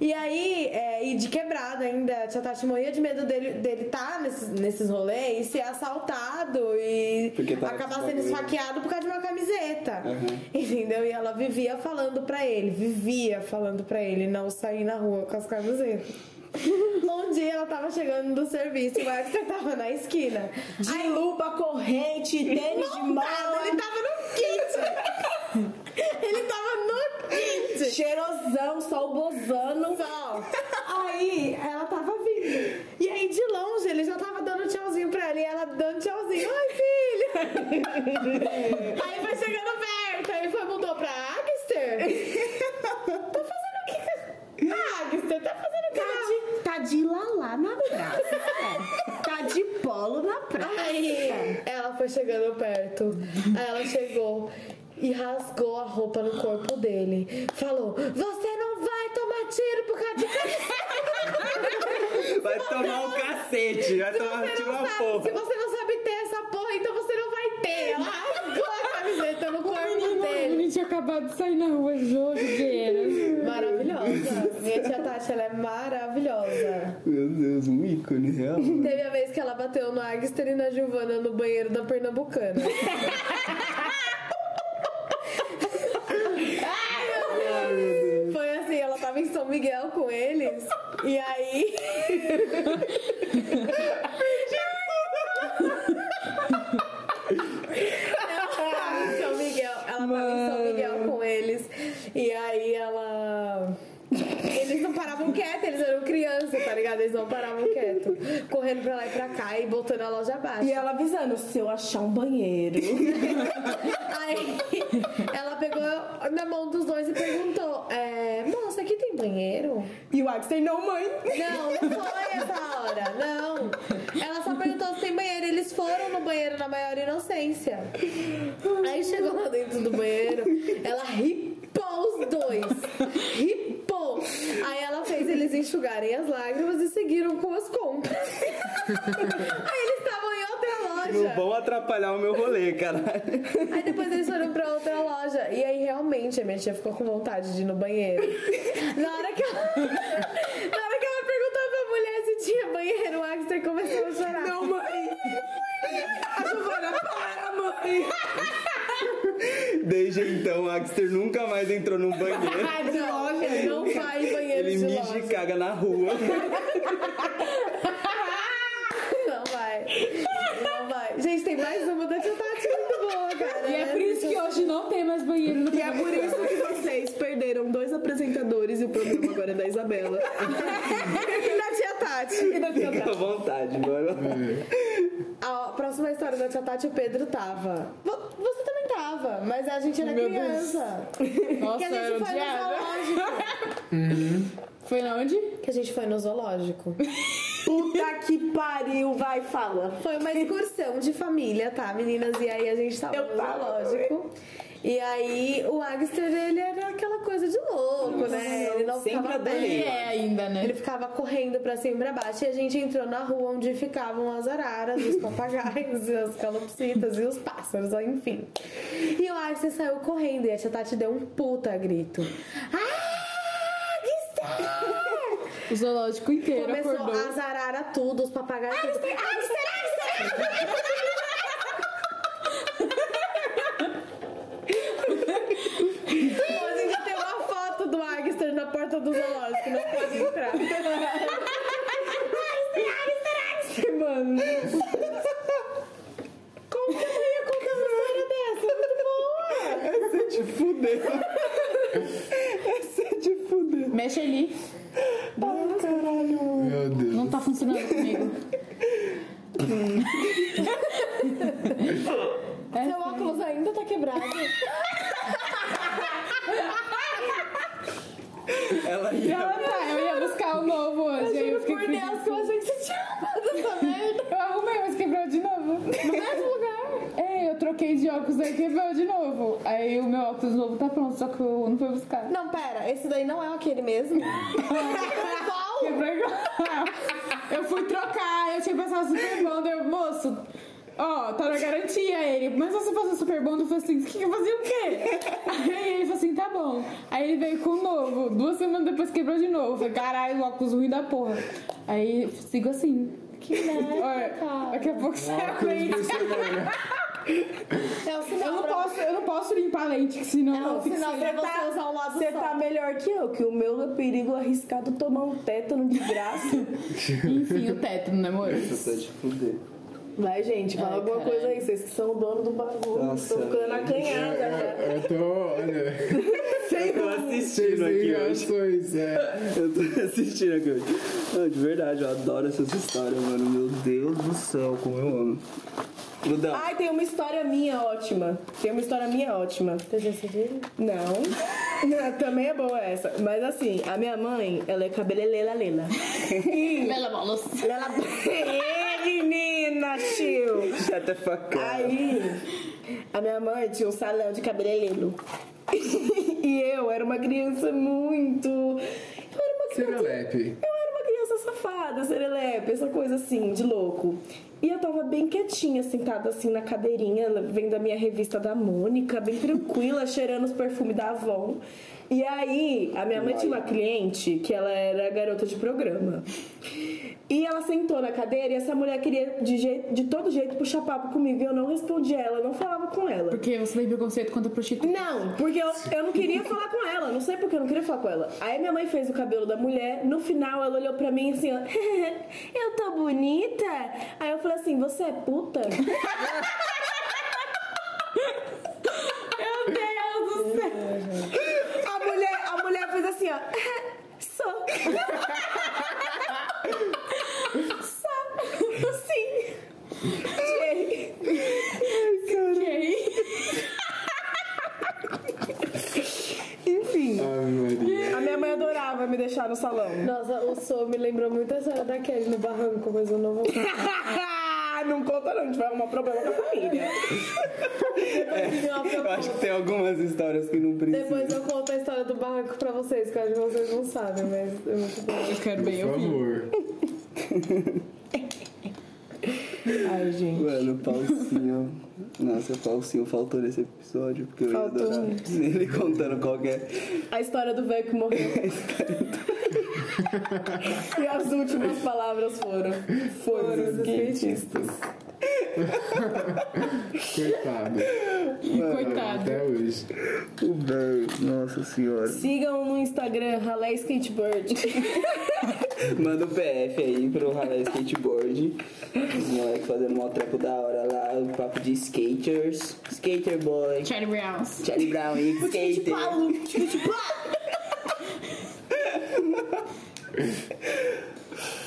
S4: E aí, é, e de quebrada ainda, a tia Tati morria de medo dele dele tá nesses, nesses rolês e ser assaltado e
S5: Porque tava com
S4: acabar sendo
S5: bagulho.
S4: esfaqueado maquiado por causa de uma camiseta.
S5: Uhum.
S4: Entendeu? E ela vivia falando pra ele, vivia falando pra ele não sair na rua com as
S7: (laughs)
S4: camisetas. Um dia ela tava chegando do serviço, o Axel tava na esquina.
S7: De lupa, corrente, tênis de
S4: Montado,
S7: mala.
S4: ele tava no kit!
S7: (laughs)
S4: ele tava no kit!
S7: Cheirosão, só o bozano.
S4: Só. Aí ela tava vindo. E aí de longe ele já tava dando tchauzinho pra ela e ela dando tchauzinho. Oi, filho! aí foi chegando perto, aí foi mudou pra
S9: (laughs)
S4: Agster. tá fazendo o que? Agster, tá fazendo o que?
S9: Tá de lalá na praça. Tá de polo na
S4: Aí ela foi chegando perto. Aí ela chegou e rasgou a roupa no corpo dele. Falou: Você não vai tomar tiro por causa de
S5: Vai tomar um cacete, vai
S4: Se
S5: tomar
S4: você,
S5: tiro
S4: não
S5: na
S4: sabe, se
S5: porra.
S4: você não sabe ter essa porra, então você não vai ter. Ela rasgou a camiseta no
S9: O
S4: corpo
S9: menino, o
S4: dele.
S9: menino tinha acabado de sair na rua, jogueira.
S4: Maravilhosa. Minha tia Tati, ela é maravilhosa.
S5: Meu Deus, um ícone real.
S4: Teve a vez que ela bateu no Agster e na Giovana no banheiro da Pernambucana. assim, Miguel com eles. E aí. Ela tava em São Miguel. Ela tava em São Miguel com eles. E aí ela. Eles não paravam quieto, eles eram criança, tá ligado? Eles não paravam quieto. Correndo pra lá e pra cá e botando a loja abaixo.
S7: E ela avisando, se eu achar um banheiro.
S4: Aí ela pegou na mão dos dois e perguntou: é, Moça, aqui tem banheiro?
S7: E o Axel, não, mãe.
S4: Não, não foi essa hora, não. Ela só perguntou se tem banheiro. Eles foram no banheiro na maior inocência. Aí chegou lá dentro do banheiro, ela ripou os dois. Ripou. Aí ela fez eles enxugarem as lágrimas e seguiram com as compras. Aí eles estavam em outra loja.
S5: Não vão atrapalhar o meu rolê, caralho.
S4: Aí depois eles foram pra outra loja. E aí realmente a minha tia ficou com vontade de ir no banheiro. Na hora que ela. (laughs) Na hora que ela perguntou pra mulher se tinha banheiro, o Axter começou a chorar. Não, mãe!
S5: Desde então, Axter nunca mais entrou num banheiro.
S4: de loja, não vai em banheiro
S5: Ele
S4: de
S5: mija
S4: loja.
S5: e caga na rua.
S4: Não vai. Não vai. Gente, tem mais uma da tia Tati muito boa, cara.
S10: E é por isso que hoje não tem mais banheiro no
S7: E é por isso que vocês perderam dois apresentadores e o programa agora é da Isabela.
S4: (laughs) E da tia Tati. E da tia
S5: Fica à
S4: Tati.
S5: vontade, bora lá.
S4: A próxima história da tia Tati, o Pedro tava. Vo- Você também tava, mas a gente era
S10: Meu Deus.
S4: criança.
S10: Nossa,
S4: Que a gente
S10: eu
S4: foi no
S10: odiava.
S4: zoológico.
S10: Foi na onde?
S4: Que a gente foi no zoológico.
S7: (laughs) Puta que pariu, vai, fala.
S4: Foi uma excursão de família, tá, meninas? E aí a gente tava
S7: Eu
S4: no
S7: tava
S4: zoológico. E aí o Agster, ele era aquela coisa de louco, né?
S7: Uhum.
S4: Ele não
S5: sempre
S4: ficava
S5: adorei.
S4: bem.
S10: Ele é ainda, né?
S4: Ele ficava correndo pra cima e pra baixo e a gente entrou na rua onde ficavam as araras, os papagaios, (laughs) e as calopsitas e os pássaros, ó, enfim. E o Axel saiu correndo e a tia Tati deu um puta grito. "Ah,
S10: O zoológico inteiro
S4: Começou
S10: acordou.
S4: a zarar tudo, os papagaios. tudo. Hoje em dia tem uma foto do Agster na porta do zoológico, não pode entrar. Mano. Como que eu ia contar uma história dessa? Muito boa!
S5: Você te fudeu. Você te fudeu.
S10: Mexe ali.
S5: Ai, caralho, mano.
S8: Meu Deus.
S10: Não tá (laughs) funcionando comigo.
S4: Então, Seu óculos ainda tá quebrado.
S5: Ela ia.
S10: Ah, tá, eu ia buscar o novo hoje. aí eu fiquei
S4: Por Deus, que eu achei que você tinha arrumado essa merda.
S10: Eu arrumei, mas quebrou de (laughs) novo. No mesmo lugar. É, eu troquei de óculos, aí quebrou de novo. Aí o meu óculos novo tá pronto, só que eu não fui buscar.
S4: Não, pera, esse daí não é aquele mesmo? Qual?
S10: Quebrou igual. Eu fui trocar, eu tinha pensado super bom, daí eu, moço. Ó, tá na garantia ele. Mas você fazer super bom, eu falei assim, que que eu fazia o quê? Aí ele falou assim, tá bom. Aí ele veio com o novo. Duas semanas depois quebrou de novo. Eu falei, caralho, o óculos ruim da porra. Aí sigo assim. Que merda. Daqui a pouco sai a lente.
S4: (laughs) É o sinal.
S10: Eu não,
S4: pra-
S10: posso, eu não posso limpar a lente, que senão
S4: É o
S10: eu fico
S4: sinal
S10: sem-
S4: pra você usar o lado
S7: Você
S4: só.
S7: tá melhor que eu, que o meu é perigo arriscado tomar um tétano de graça.
S10: Enfim, o teto, né, amor?
S5: Você te fuder.
S7: Vai, gente, fala
S10: Ai,
S7: alguma
S10: caralho.
S7: coisa aí. Vocês que são o dono do bagulho.
S5: Nossa.
S7: Tô ficando acanhada. né?
S10: É,
S8: Eu tô, olha,
S5: Eu tô
S8: sem
S5: assistindo aqui hoje.
S8: ligações, é.
S5: Eu tô (laughs) assistindo aqui hoje. Não, de verdade, eu adoro essas histórias, mano. Meu Deus do céu, como eu amo. Ludão,
S7: Ai, tem uma história minha ótima. Tem uma história minha ótima.
S4: Você já se viu?
S7: Não. Não, (laughs) Também é boa essa. Mas assim, a minha mãe, ela é cabelelela
S10: (laughs)
S7: lela.
S10: Bela bola.
S7: (laughs) Lela. Ê, menina, tio!
S5: (laughs) shut the fuck up.
S7: Aí, a minha mãe tinha um salão de cabeleireiro. (laughs) e eu era uma criança muito. Eu era uma
S8: um
S7: criança.
S8: Serelepe.
S7: Eu era uma criança safada, serelepe, essa coisa assim, de louco. E eu tava bem quietinha, sentada assim na cadeirinha, vendo a minha revista da Mônica, bem tranquila, (laughs) cheirando os perfumes da Avon. E aí, a minha mãe tinha uma cliente que ela era garota de programa. E ela sentou sentou na cadeira e essa mulher queria de, jeito, de todo jeito puxar papo comigo. E eu não respondia ela, eu não falava com ela.
S10: Porque você tem preconceito contra prostituta.
S7: Não, porque eu, eu não (laughs) queria falar com ela. Não sei porque eu não queria falar com ela. Aí minha mãe fez o cabelo da mulher. No final, ela olhou pra mim assim, ó. (laughs) eu tô bonita? Aí eu falei assim, você é puta?
S10: Meu Deus do céu.
S7: a, mulher, a mulher fez assim, ó. Sou. Sou. Sim. Jay.
S10: Gente,
S7: (laughs) Enfim.
S8: Ai, Maria.
S7: A minha mãe adorava me deixar no salão. (laughs)
S4: Nossa, o Sou me lembrou muito a história da Kelly no barranco, mas eu
S5: (laughs)
S4: não vou contar.
S7: Ah, não conta não, a gente vai arrumar problema com a família.
S5: Eu acho que tem algumas histórias que não precisam.
S4: Depois eu conto a história do barranco pra vocês, que eu acho que vocês não sabem, mas é muito bom.
S10: eu quero bem
S8: Por
S10: ouvir.
S8: favor.
S7: Ai, gente.
S5: Mano, o Paulinho. Nossa, o Paulinho faltou nesse episódio, porque eu ia
S7: Faltou
S5: adorar ele contando qualquer.
S7: A história do velho
S5: (laughs)
S7: que morreu. e as últimas palavras foram: Foram os skatistas.
S8: Coitado.
S10: Coitado.
S8: Até hoje.
S5: O velho, nossa senhora.
S7: Sigam no Instagram, Ralé Skateboard.
S5: (laughs) Manda o PF aí pro Ralé Skateboard. Os moleques fazendo um treco da hora lá, o papo de skaters. Skater boy.
S10: Charlie Browns.
S5: Charlie Brown e skater.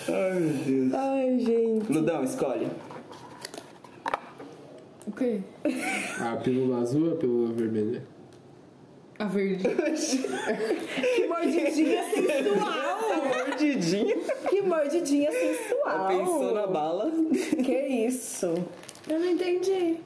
S5: Ai meu Deus.
S7: Ai, gente.
S5: Ludão, escolhe.
S10: O quê?
S8: A pílula azul ou a pílula vermelha?
S10: A verde.
S7: Que mordidinha sensual!
S5: Mordidinha.
S7: Que mordidinha sensual!
S5: Pensou na bala.
S7: Que isso?
S4: Eu não entendi.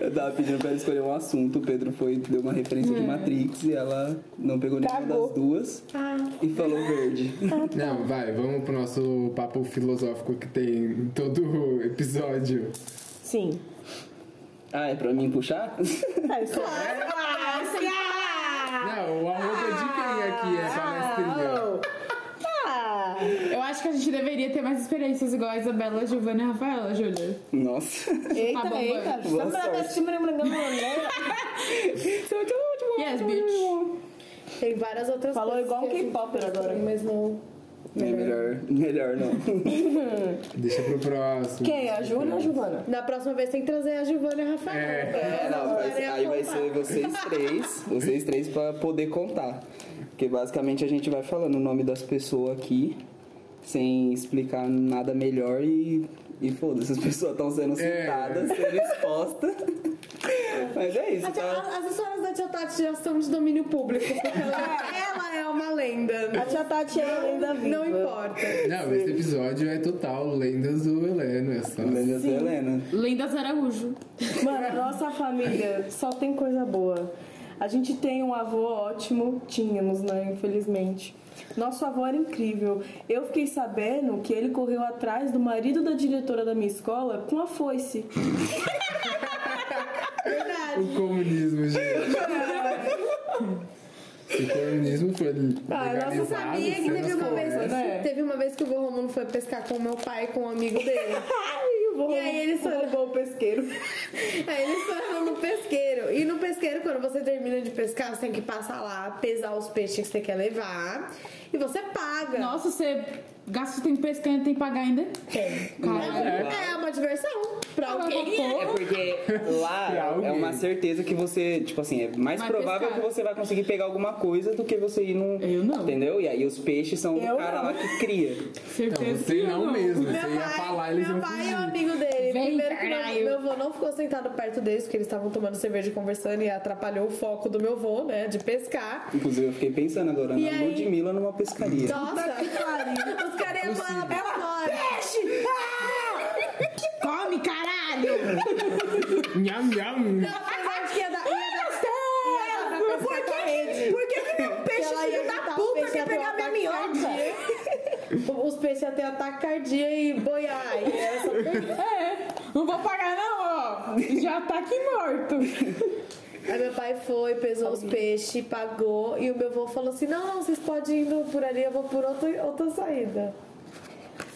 S5: Eu tava pedindo pra ela escolher um assunto, o Pedro foi deu uma referência
S4: É.
S5: de Matrix e ela não pegou nenhuma
S7: Cagou.
S5: das duas
S4: Ah.
S5: e falou verde.
S8: Não, vai, vamos pro nosso papo filosófico que tem em todo episódio.
S7: Sim.
S5: Ah, é pra mim
S7: (laughs)
S5: puxar?
S7: É isso aí.
S8: Não, o arroba de quem aqui é palestrinha?
S7: Oh. Ah.
S10: Eu acho que a gente deveria ter mais experiências igual a Isabela, a Giovanna e a Rafaela, Júlia.
S5: Nossa.
S7: Eita,
S10: bom,
S7: eita.
S4: é
S10: vai.
S5: Boa
S7: Vamos lá,
S5: sorte.
S7: tá se morangando, né?
S10: Yes, bitch.
S4: Tem várias outras
S7: Falou
S4: coisas.
S7: igual
S4: que a
S7: um
S4: gente
S7: K-popper
S4: fez
S7: agora.
S4: também, Mas não.
S5: É melhor, melhor não.
S8: Deixa pro próximo.
S7: Quem? A Júlia ou a Giovana?
S4: Na próxima vez tem que trazer a Giovanna e a Rafael.
S5: É, não, mas aí vai ser vocês três, vocês três pra poder contar. Porque basicamente a gente vai falando o nome das pessoas aqui, sem explicar nada melhor e, e foda-se, as pessoas estão sendo
S8: É.
S5: citadas, sendo expostas. Mas é isso,
S4: A tia-
S5: tá?
S4: a- As histórias da Tia Tati já são de domínio público, porque
S7: (laughs)
S4: ela, ela é uma lenda.
S7: A tia Tati é ainda viva.
S4: Não importa.
S8: Não, é esse episódio é total lendas do Heleno, é só.
S5: Lenda da Helena.
S10: Lendas Araújo.
S7: Mano, a nossa família só tem coisa boa. A gente tem um avô ótimo, tínhamos, né? Infelizmente. Nosso avô era incrível. Eu fiquei sabendo que ele correu atrás do marido da diretora da minha escola com a foice.
S4: é
S8: (laughs) O comunismo, gente. Se o comunismo for
S4: Ah,
S8: legalizado,
S4: nossa, sabia que teve
S8: cenas
S4: uma
S8: como
S4: vez.
S8: essa-
S7: né?
S4: Teve uma vez que o vô Romulo foi pescar com o meu pai, com um amigo dele.
S7: (laughs) Ai, o vô
S4: E aí ele só-
S7: roubou o pesqueiro.
S4: (laughs) Aí eles foram no pesqueiro. E no pesqueiro, quando você termina de pescar, você tem que passar lá, pesar os peixes que você quer levar. E você paga.
S10: Nossa, você gasta o tempo pescando, tem que pagar ainda?
S4: Tem.
S10: Caralho.
S4: É uma diversão pra alguém.
S5: É porque lá
S8: Pra alguém.
S5: é uma certeza que você, tipo assim, é mais
S10: Vai
S5: provável
S10: pescar.
S5: que você vai conseguir pegar alguma coisa do que você ir num.
S10: Eu não.
S5: Entendeu? E aí os peixes são
S7: Eu
S5: o cara
S7: não.
S5: lá que cria.
S10: Certeza
S8: Não,
S10: que
S8: você não mesmo. Você ia falar, eles
S4: meu
S8: iam
S4: pai é um
S8: fugir.
S4: amigo dele.
S10: Vem,
S4: Primeiro que
S10: caralho.
S4: meu, meu avô não ficou sentado perto deles, porque eles estavam tomando cerveja e conversando e atrapalhou o foco do meu avô, né? De pescar.
S5: Inclusive, eu fiquei pensando agora
S4: E
S5: na
S4: aí?
S5: Ludmilla numa pescaria.
S4: Nossa, os caras iam falar pra fora.
S7: Ah!
S10: Come, caralho!
S8: Nham, nham.
S4: Apesar de que ia dar, ia dar, ia dar pra pescar com a rede.
S7: Por que, que meu peixe,
S4: Ela ia
S7: filho da
S4: evitar o
S7: puta,
S4: peixe
S7: quer
S4: até o
S7: pegar minha
S4: ataque
S7: minhoca?
S4: cardíaco. Os peixes iam ter um ataque cardíaco e boiar. E era só-
S10: (laughs) É, não vou pagar não, ó. Já tá aqui morto.
S4: Aí meu pai foi, pesou os peixes, pagou. E o meu avô falou assim: não, não, vocês podem ir no- por ali, eu vou por outra, outra saída.
S10: (laughs)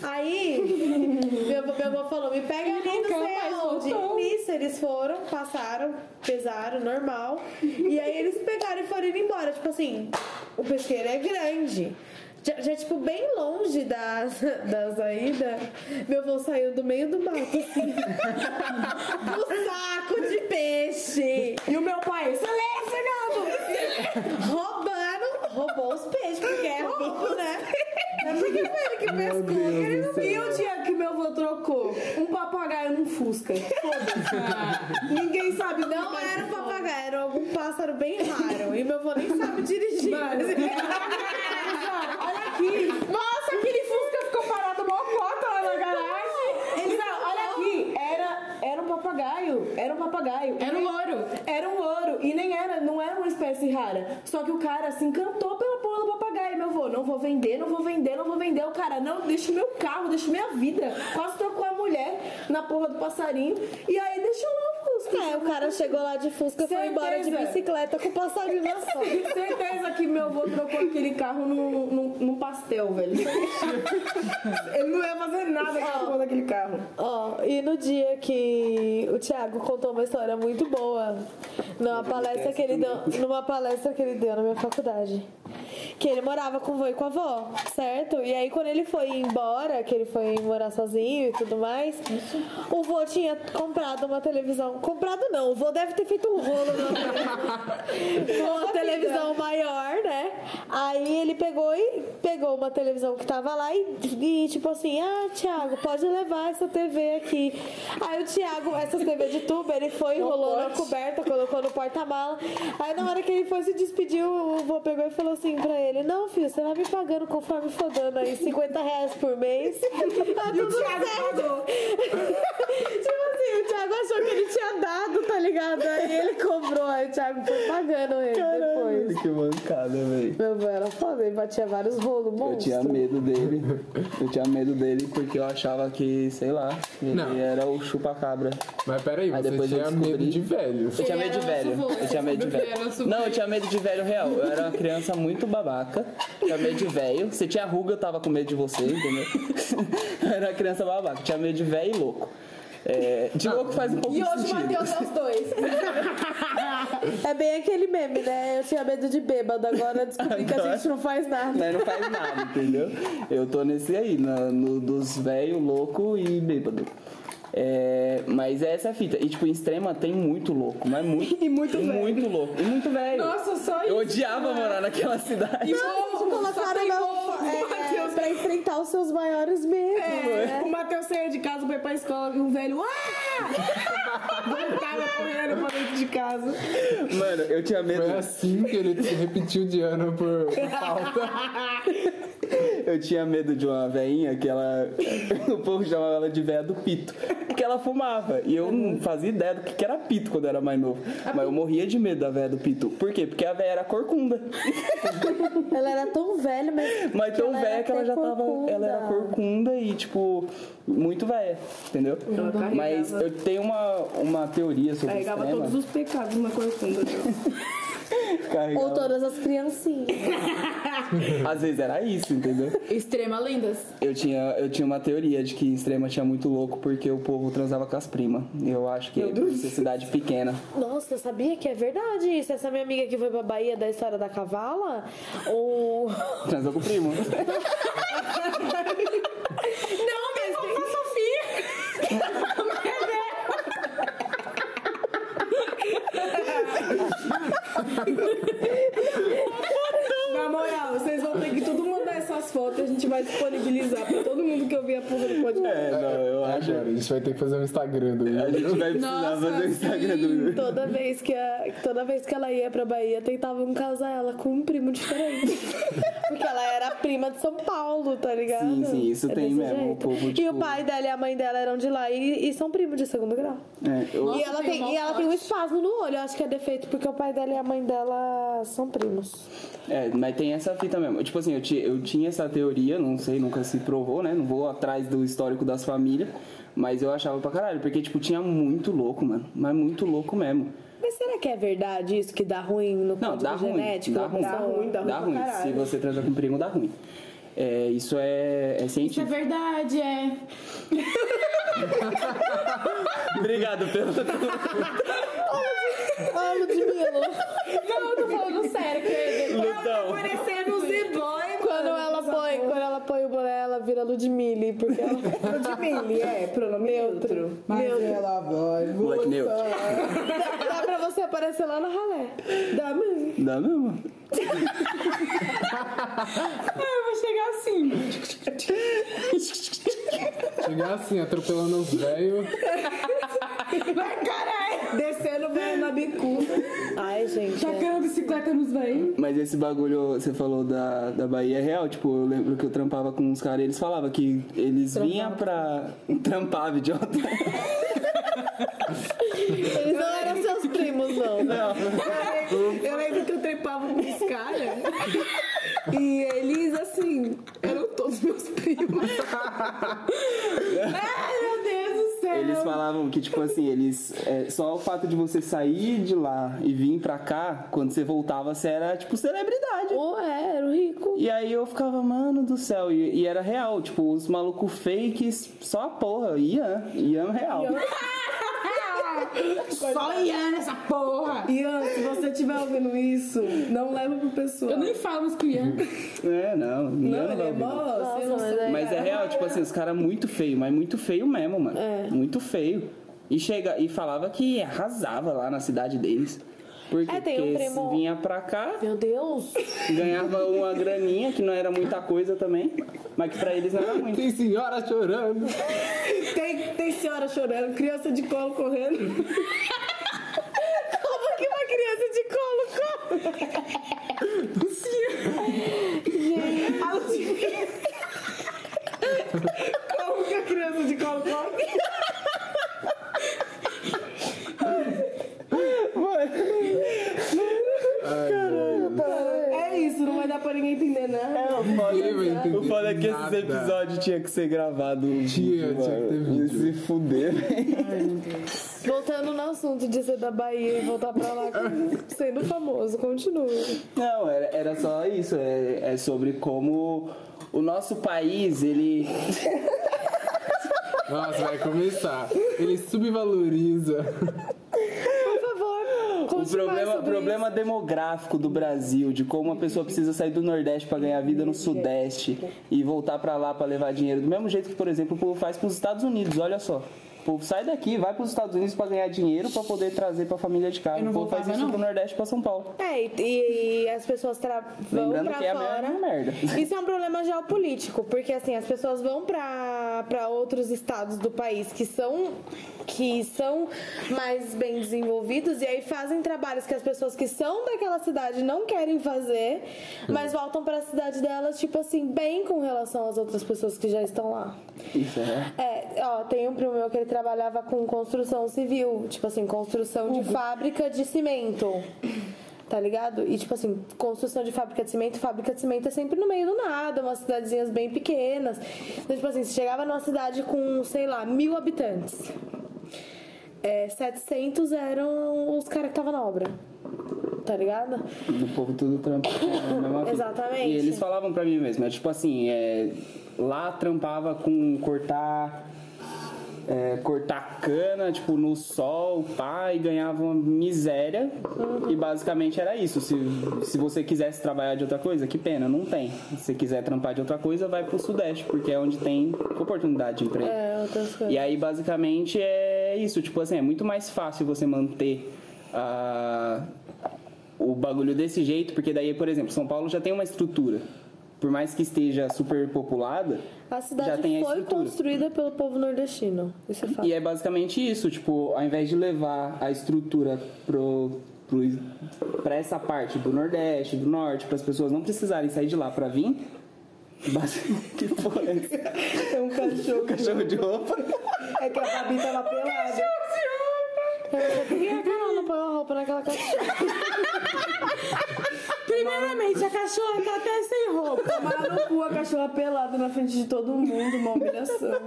S4: Aí, meu, avô- meu avô falou: me pega ali, não
S10: Nunca
S4: sei
S10: mais
S4: aonde.
S10: voltou.
S4: Nisso, eles foram, passaram, pesaram, normal. E aí eles pegaram e foram indo embora. Tipo assim, o pesqueiro é grande. Já, já, tipo, bem longe da, (laughs) da saída, meu avô saiu do meio do mato, assim. do saco de peixe.
S7: E o meu pai,
S4: Silêncio, Fernando! Roubando, roubou os peixes, porque é roubo, né? É porque foi ele que pescou, que ele não
S7: E
S4: viu.
S7: o dia que meu avô trocou um papagaio num Fusca.
S4: (laughs)
S7: Foda-se. Ninguém sabe. o que tá
S4: Não
S7: faz
S4: era um
S7: com fome.
S4: papagaio, era um pássaro bem raro. E meu avô nem sabe dirigir.
S7: Mano. (laughs) Olha aqui.
S10: Nossa, aquele Fusca ficou parado mó cota lá na garagem.
S7: Ele não, ah, olha aqui. Era, era um papagaio. Era um papagaio.
S10: Era um louro.
S7: Era um ouro. E nem era, não era uma espécie rara. Só que o cara se encantou pela porra do papagaio. Meu avô, não vou vender, não vou vender, não vou vender. O cara, não, deixa o meu carro, deixa minha vida. Quase trocou a mulher na porra do passarinho. E aí deixou lá o Fusca.
S4: É, o cara chegou lá de Fusca, foi embora de
S7: Certeza.
S4: bicicleta com o passarinho
S7: (laughs)
S4: na sorte.
S7: Certeza que meu avô trocou aquele carro num, num, num pastel, velho. Ele não ia fazer nada com a porra daquele carro.
S4: Ó, e no dia que o Thiago contou uma história muito boa numa palestra que ele deu, numa palestra que ele deu na minha faculdade. Que ele morava com o vô e com a avó, certo? E aí quando ele foi embora, que ele foi morar sozinho e tudo mais, o vô tinha comprado uma televisão. Comprado não, o vô deve ter feito um rolo na televisão. uma televisão maior, né? Aí ele pegou e pegou uma televisão que tava lá e, e tipo assim, ah, Thiago, pode levar essa TV aqui. Aí o Thiago, essa TV de tubo, ele foi, enrolou na coberta, colocou no porta-mala. Aí na hora que ele foi se despedir, o vô pegou e falou assim pra ele, não, filho, você vai me pagando conforme for dando aí 50 reais por mês. Tá tudo certo. Tipo assim, o Thiago achou que ele tinha dado, tá ligado? Aí ele cobrou, aí o Thiago foi pagando ele depois.
S5: Que mancada, velho.
S4: Meu avô era foda, ele batia vários rolos,
S5: Eu
S4: monstro.
S5: tinha medo dele. Eu tinha medo dele porque eu achava que, sei lá, ele
S8: Não.
S5: era o chupa-cabra.
S8: Mas peraí,
S5: Aí
S8: você
S5: depois eu
S8: tinha
S5: descobri.
S8: medo de velho.
S5: Eu tinha
S10: Ele
S5: medo de
S10: era nosso
S5: velho.
S10: vô,
S5: Eu
S10: você
S5: tinha medo de
S10: descobriu que ele
S5: velho.
S10: era nosso
S5: Não,
S10: vô.
S5: eu tinha medo de velho real. Eu era uma criança muito babaca. Tinha medo de velho. Se tinha ruga, eu tava com medo de você, entendeu? (laughs) Eu era uma criança babaca. Tinha medo de velho e louco. É, de louco faz um pouco
S7: E
S5: de
S7: hoje o
S5: sentido.
S7: Matheus é os dois.
S4: (laughs) É bem aquele meme, né? Eu tinha medo de bêbado, agora eu descobri que a
S5: Agora.
S4: gente não faz nada.
S5: Mas não faz nada, entendeu? Eu tô nesse aí, na- no, dos velho, louco e bêbado. É, mas é essa a fita. E tipo, em extrema tem muito louco, mas muito. (laughs) E muito velho. Muito louco. E muito velho.
S10: Nossa, só
S5: Eu
S10: isso.
S5: odiava morar naquela cidade.
S10: Não,
S4: Te Colocaram na, é, pra enfrentar os seus maiores medos. né?
S7: É, O Matheus saía de casa, foi pra escola e um velho. "Ah!" Voltava correndo pra dentro de casa.
S5: Mano, eu tinha medo.
S8: Foi assim que ele se repetiu de ano por falta.
S5: Eu tinha medo de uma veinha que ela. (laughs) O povo chamava ela de véia do pito. Porque ela fumava. E eu não fazia ideia do que que era pito quando eu era mais novo. Mas eu morria de medo da véia do pito. Por quê? Porque a véia era corcunda.
S4: Ela era tão velha, mas.
S5: Mas tão
S4: ela
S5: velha
S4: era
S5: que ela
S4: até
S5: já tava. Ela era corcunda e, tipo, muito velha, entendeu?
S7: carregava-
S5: Mas eu tenho uma, uma teoria sobre
S7: Carregava
S5: extrema.
S7: todos os pecados na corcunda.
S5: Carregava.
S4: Ou todas as criancinhas.
S5: Às vezes era isso, entendeu?
S10: Extrema lendas.
S5: Eu tinha, eu tinha uma teoria de que em extrema tinha muito louco porque o povo transava com as primas. Eu acho que é por ser cidade pequena.
S4: Nossa, eu sabia que é verdade isso. Essa minha amiga que foi pra Bahia da história da cavala, o.
S5: Transou com o primo.
S10: Não, mas vamos pra Sofia.
S7: Na moral, vocês vão ter que todo mandar essas fotos. A gente vai disponibilizar pra todo mundo que ouvir a porra do podcast.
S5: É, não, eu acho.
S8: Agora, a gente vai ter que fazer um Instagram do
S5: A
S8: vídeo.
S5: gente vai precisar
S10: Nossa,
S5: fazer o Instagram
S10: sim.
S5: do
S4: Toda vez, que a- toda vez que ela ia pra Bahia, tentavam casar ela com um primo (laughs) diferente. Porque ela era prima de São Paulo, tá ligado?
S5: Sim, sim, isso tem
S4: desse
S5: mesmo, o povo,
S4: E
S5: tipo-
S4: o pai dela e a mãe dela eram de lá e, e são primos de segundo grau.
S5: É, eu-
S4: e ela,
S10: tem
S4: tem,
S10: mó
S4: e ela tem um
S10: sorte.
S4: espasmo no olho, eu acho que é defeito, porque o pai dela e a mãe dela são primos.
S5: é, mas tem essa fita mesmo. Tipo assim, eu, ti- eu tinha essa teoria, não sei, nunca se provou, né? Não vou atrás do histórico das famílias. Mas eu achava pra caralho, porque, tipo, tinha muito louco, mano. Mas muito louco mesmo.
S4: Mas será que é verdade isso que dá ruim no
S5: Não,
S4: código
S5: dá ruim,
S4: genético?
S5: dá ruim.
S4: Dá ruim, dá ruim. pra
S5: Se
S4: caralho.
S5: você transar com um primo, dá ruim. É, isso é, é
S10: Isso é
S5: científico.
S10: verdade, é.
S5: é Obrigado (laughs) pelo.
S4: Ah, Ludmilla.
S10: Não, eu tô falando sério, que
S5: Então.
S10: parecendo um Z-Boy.
S4: Quando ela põe, quando ela põe o boné, ela vira Ludmille, porque ela (laughs) Ludmille é pronome neutro. neutro.
S11: ela vai
S5: Moleque neutro.
S4: Dá, dá pra você aparecer lá na ralé. Dá mesmo.
S5: Dá mesmo?
S10: Ah, eu vou chegar assim.
S8: Chegar assim, atropelando os velhos.
S10: Vai, caralho.
S4: Descendo vai na bicuda. Ai, gente. é.
S10: Tacando bicicleta nos veios.
S5: Mas esse bagulho, você falou da, da Bahia é real, tipo, eu lembro que eu trampava com uns caras e eles falavam que eles vinham pra. um Trampava, idiota.
S4: Eles não eram seus primos, não. é.
S7: Eu lembro que eu trepava com os
S4: né?
S7: caras. E eles, assim, eram todos
S4: (laughs)
S7: meus primos.
S10: Ai, meu Deus do
S4: É.
S10: céu.
S5: Eles falavam que, tipo assim, eles. é, só o fato de você sair de lá e vir pra cá, quando você voltava, você era, tipo, celebridade.
S4: Ué, era o rico.
S5: E aí eu ficava, mano do céu, e, e era real, tipo, os malucos fakes, só a porra, Ian, Ian real.
S10: Só Ian nessa porra.
S7: Ian, se você estiver ouvindo isso, não leva pro pessoal.
S10: Eu nem falo mais com Ian.
S5: É, não,
S7: Não,
S5: Ian
S7: ele é mó.
S5: real.
S7: você não
S4: Nossa, mas
S7: sabe.
S4: é-
S5: Mas é real, tipo assim, os caras muito feio, mas muito feio mesmo, mano.
S4: É.
S5: Muito feio. E chega, e falava que arrasava lá na cidade deles. Porque,
S4: É, tem um
S5: porque
S4: primo-
S5: se vinha pra cá,
S4: Meu Deus.
S5: ganhava uma graninha, que não era muita coisa também, mas que pra eles não era muito.
S8: Tem senhora chorando.
S7: Tem, tem senhora chorando, criança de colo correndo. Como que uma criança de colo corre? A Ludmilla- Como que a criança de colo corre? É isso, não vai dar pra ninguém entender, né?
S5: É, o foda,
S8: Eu entendi
S5: o foda é que esses
S8: nada.
S5: episódios tinha que ser gravado. um
S8: Tinha,
S5: mano.
S8: tinha que ter vídeo.
S5: E se fuder,
S4: Voltando no assunto de ser da Bahia e voltar pra lá com- sendo famoso, continua.
S5: Não, era, era só isso. É, é sobre como o nosso país, ele.
S8: Nossa, vai começar. Ele subvaloriza.
S4: Por favor,
S5: O
S4: continue
S5: problema,
S4: sobre
S5: problema demográfico do Brasil, de como uma pessoa precisa sair do Nordeste pra ganhar vida no Sudeste e voltar pra lá pra levar dinheiro. Do mesmo jeito que, por exemplo, o povo faz pros Estados Unidos, olha só. O povo sai daqui, vai pros Estados Unidos pra ganhar dinheiro pra poder trazer pra família de casa.
S10: Eu não
S5: O povo faz
S10: voltava,
S5: isso
S10: não.
S5: do Nordeste pra São Paulo.
S4: isso. É, e- e, e as pessoas tra... vão
S5: Lembrando
S4: pra
S5: que é a
S4: fora.
S5: mesma merda.
S4: Isso é um problema geopolítico, porque assim, as pessoas vão pra pra outros estados do país que são que são mais bem desenvolvidos e aí fazem trabalhos que as pessoas que são daquela cidade não querem fazer, mas
S5: Hum.
S4: voltam pra cidade delas tipo assim, bem com relação às outras pessoas que já estão lá.
S5: Isso é.
S4: É, ó, tem um primo meu que ele trabalhava com construção civil, tipo assim, construção de fábrica de cimento. Tá ligado? E tipo assim, construção de fábrica de cimento, fábrica de cimento é sempre no meio do nada, umas cidadezinhas bem pequenas. Então, tipo assim, você chegava numa cidade com, sei lá, mil habitantes. É, 700 eram os caras que estavam na obra. Tá ligado?
S5: Do povo tudo trampa. na mesma vida.
S4: Exatamente.
S5: E eles falavam pra mim mesmo, é tipo assim, é, lá trampava com cortar. é, cortar cana, tipo, no sol, pá, e ganhava uma miséria. E basicamente era isso. Se, se você quisesse trabalhar de outra coisa, que pena, não tem. Se quiser trampar de outra coisa, vai pro Sudeste, porque é onde tem oportunidade de emprego.
S4: É, outras coisas.
S5: E aí, basicamente, é isso. Tipo assim, é muito mais fácil você manter ah, o bagulho desse jeito, porque daí, por exemplo, São Paulo já tem uma estrutura. Por mais que esteja super populada,
S4: A cidade
S5: já tem a
S4: foi
S5: estrutura.
S4: construída pelo povo nordestino. Isso é fato.
S5: E é basicamente isso, tipo, ao invés de levar a estrutura pro, pro, pra essa parte do Nordeste, do Norte, para as pessoas não precisarem sair de lá pra vir, (laughs) basi- que porra é essa? É um cachorro, cachorro de roupa.
S7: É que a Fabi tava pelada.
S4: Por que a Carol não põe uma roupa naquela
S7: (laughs)
S4: caixinha?
S10: Primeiramente, a cachorra tá até sem roupa.
S7: Tomar no cu a cachorra pelada na frente de todo mundo, uma humilhação.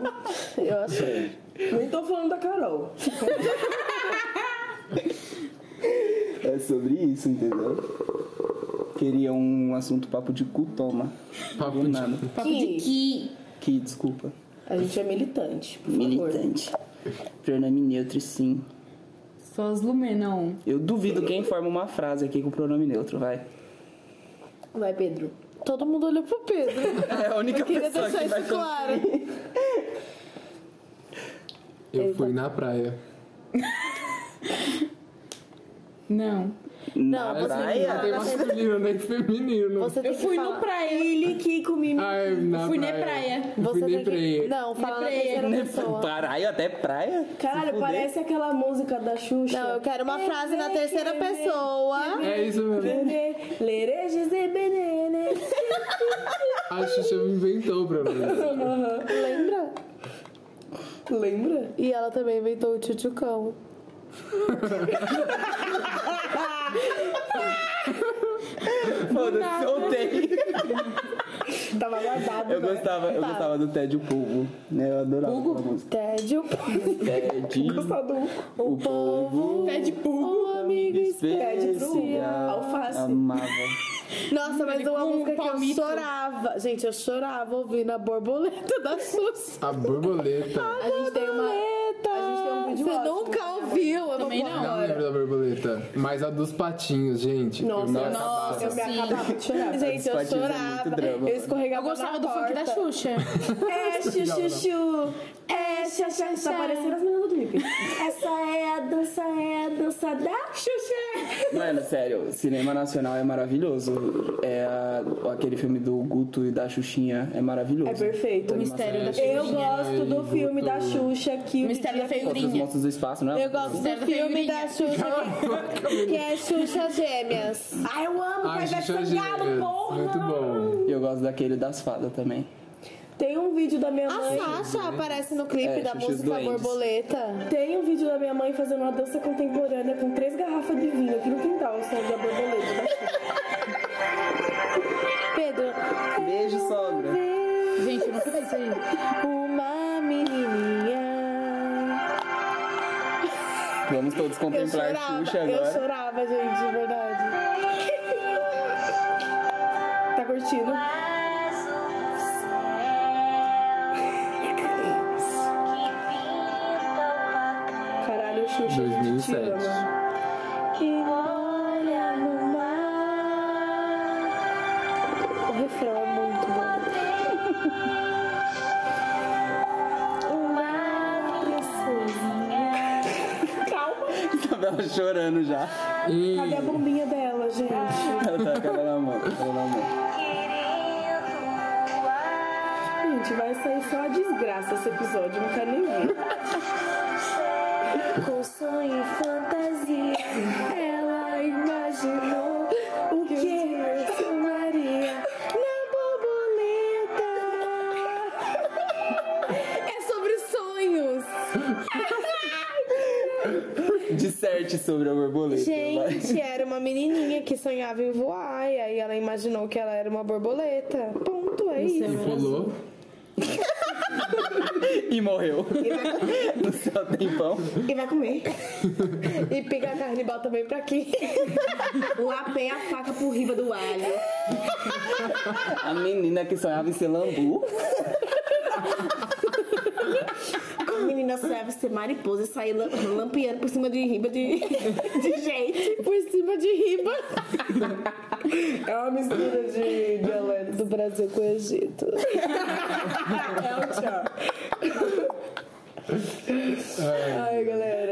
S4: Eu achei.
S7: Nem tô falando da Carol.
S5: é sobre isso, entendeu? Queria um assunto papo de cu, toma.
S8: Papo
S5: Não
S8: de-
S5: nada.
S7: Papo de
S5: que. Que, desculpa.
S7: A gente é militante, por
S5: Militante. Pronome neutro, sim.
S10: Só as lumenam.
S5: Eu duvido quem forma uma frase aqui com pronome neutro, vai.
S7: favor. Vai, Pedro.
S4: Todo mundo olhou pro Pedro.
S5: É a única
S4: Eu queria
S5: pessoa
S4: deixar
S5: que vai
S4: isso claro.
S8: Eu fui na praia.
S10: Não.
S5: Não,
S8: Na praia? Tem masculino, nem feminino.
S4: tá Você tem
S10: Eu fui
S4: que
S10: no
S4: falar.
S10: praia.
S7: Ele que comigo.
S8: Ai, na
S10: fui na
S8: praia.
S10: praia.
S8: Eu
S4: Você
S8: fui
S4: tem
S8: nem
S4: que...
S8: praia.
S4: Não, fala na
S7: praia.
S4: terceira pessoa.
S5: Né, Praia, até praia? Se
S7: Caralho,
S5: fuder.
S7: parece aquela música da Xuxa.
S4: Não, eu quero
S7: É,
S4: uma frase na
S7: sei
S4: terceira
S7: querer.
S4: pessoa.
S8: É isso mesmo.
S7: Lerejes e benene.
S8: A Xuxa inventou pra mim.
S4: Lembra?
S7: Lembra?
S4: E ela também inventou o tchutchucão.
S5: Foda-se, ontem.
S7: Tava guardado.
S5: Eu gostava, eu gostava do Tédio Povo, né? Eu adorava aquela música.
S4: Tédio,
S5: Tédio, o povo
S10: Pede pulgo.
S4: um amigo
S5: especial.
S7: Alface.
S5: Amava.
S4: Nossa, mas
S10: Ele
S4: uma
S10: com um
S4: música que eu
S10: palmito.
S4: chorava. Gente, eu chorava ouvindo a borboleta da Xuxa.
S8: A borboleta.
S7: A gente tem uma. A gente tem um vídeo
S4: Você
S7: ótimo.
S4: nunca ouviu? Eu
S10: Também
S4: vou-
S10: não.
S8: Não lembro da borboleta, mas a dos patinhos, gente.
S7: Nossa,
S8: eu me
S7: nossa, eu
S8: acabava.
S7: me
S10: Sim.
S7: acabava de chorar.
S4: Gente, eu
S5: Patiza muito
S4: chorava.
S5: drama, mano.
S4: eu escorregava
S10: Eu gostava
S4: na
S10: do funk da
S4: porta.
S10: Xuxa.
S7: É chuchu, é xa, xa, xa. Tá parecendo as meninas do clipe. Essa é a dança, é a dança da Xuxa.
S5: Mano, sério, o cinema nacional é maravilhoso. É a- aquele filme do Guto e da Xuxinha é maravilhoso.
S7: É perfeito.
S10: O mistério da
S7: Eu
S10: Xuxa.
S7: gosto do filme da Xuxa que
S10: O
S7: o
S10: mistério da
S7: Didi-
S5: Contra os
S10: feiurinha.
S5: monstros do espaço, não é?
S4: Eu gosto
S10: Sério,
S4: do
S10: tem
S4: filme
S10: menininha.
S4: da Xuxa, que é Xuxa Gêmeas.
S7: Ai, Ah, eu amo,
S8: A
S7: vai dar
S8: Xuxa
S7: é sangado,
S8: Gêmeas.
S7: porra.
S8: Muito bom.
S5: Eu gosto daquele das fadas também.
S7: Tem um vídeo da minha mãe.
S4: A Sasha aparece no clipe
S5: É,
S4: da
S5: Xuxa
S4: música
S5: Duendes.
S4: Borboleta.
S7: Tem um vídeo da minha mãe fazendo uma dança contemporânea com três garrafas de vinho aqui no quintal, só da borboleta da Xuxa.
S4: Pedro,
S5: Beijo, sogra.
S10: Gente, eu nunca pensei.
S4: uma menininha.
S5: Vamos todos
S4: Eu
S5: contemplar
S4: chorava,
S5: Xuxa
S4: eu
S5: (laughs) agora.
S4: chorava, gente, de verdade.
S7: Tá curtindo? Caralho, Xuxa,
S8: 2007.
S7: te ama.
S4: E olha no mar. O refrão é muito bom. Uma princesinha.
S5: Isabela chorando já.
S7: Cadê a bombinha dela, gente?
S5: Ela tá com ela na mão, com ela na mão.
S7: Gente, vai sair só a desgraça esse episódio, não quero nem ver.
S4: Com sonho e fantasia, ela imaginou o que eu transformaria na borboleta. É sobre sonhos.
S5: Disserte sobre a borboleta. vai.
S4: Gente, era uma menininha que sonhava em voar e aí ela imaginou que ela era uma borboleta. Ponto, é isso.
S8: Pulou.
S5: E morreu. (laughs) No seu tempão.
S9: E vai comer.
S4: (laughs) E pica a carnibal também pra aqui.
S9: O apé a faca por riba do alho.
S5: A menina que sonhava em ser lambu.
S9: A menina serve ser mariposa e sair lam- lampeando por cima de riba de, (laughs) de jeito.
S4: Por cima de riba
S7: É uma mistura de dialeto.
S4: do Brasil com o Egito.
S7: É o tchau. Ai, galera.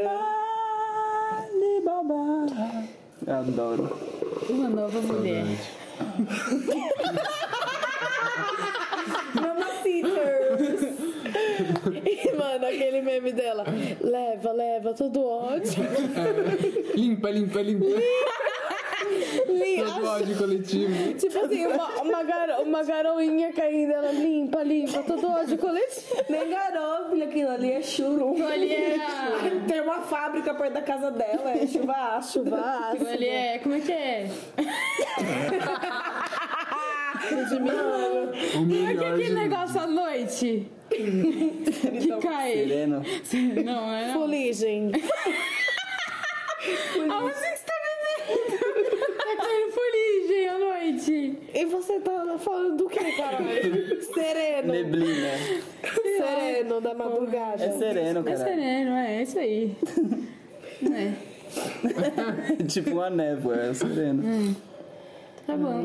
S5: Eu Adoro.
S10: Uma nova mulher.
S7: Mamacita.
S4: E, mano, aquele meme dela. Leva, leva, tudo ótimo.
S7: É.
S8: Limpa, limpa, limpa.
S4: Li-
S8: Todo ódio coletivo.
S4: Tipo assim, uma, uma, garo, uma garoinha caindo, ela limpa, limpa, todo ódio coletivo.
S7: Nem garoto, filha, aquilo ali é churu.
S10: Aquilo ali é-
S7: Tem uma fábrica perto da casa dela, é chuva ácida.
S4: Chuva
S10: Aquilo ali é. Como é que é?
S4: de mim.
S8: O
S10: Como é que é
S8: melhor
S10: aquele
S8: um de
S10: negócio à noite? que cai.
S5: Helena.
S10: Não, é. não.
S4: Fuligem.
S10: Aonde você está vivendo?
S3: um
S12: E você tá falando do que, caralho? sereno.
S5: Neblina.
S12: Sereno da madrugada.
S5: É sereno,
S10: É
S5: cara.
S10: sereno, é, é isso aí.
S5: (laughs)
S10: é.
S5: tipo uma névoa, é sereno.
S10: Tá bom.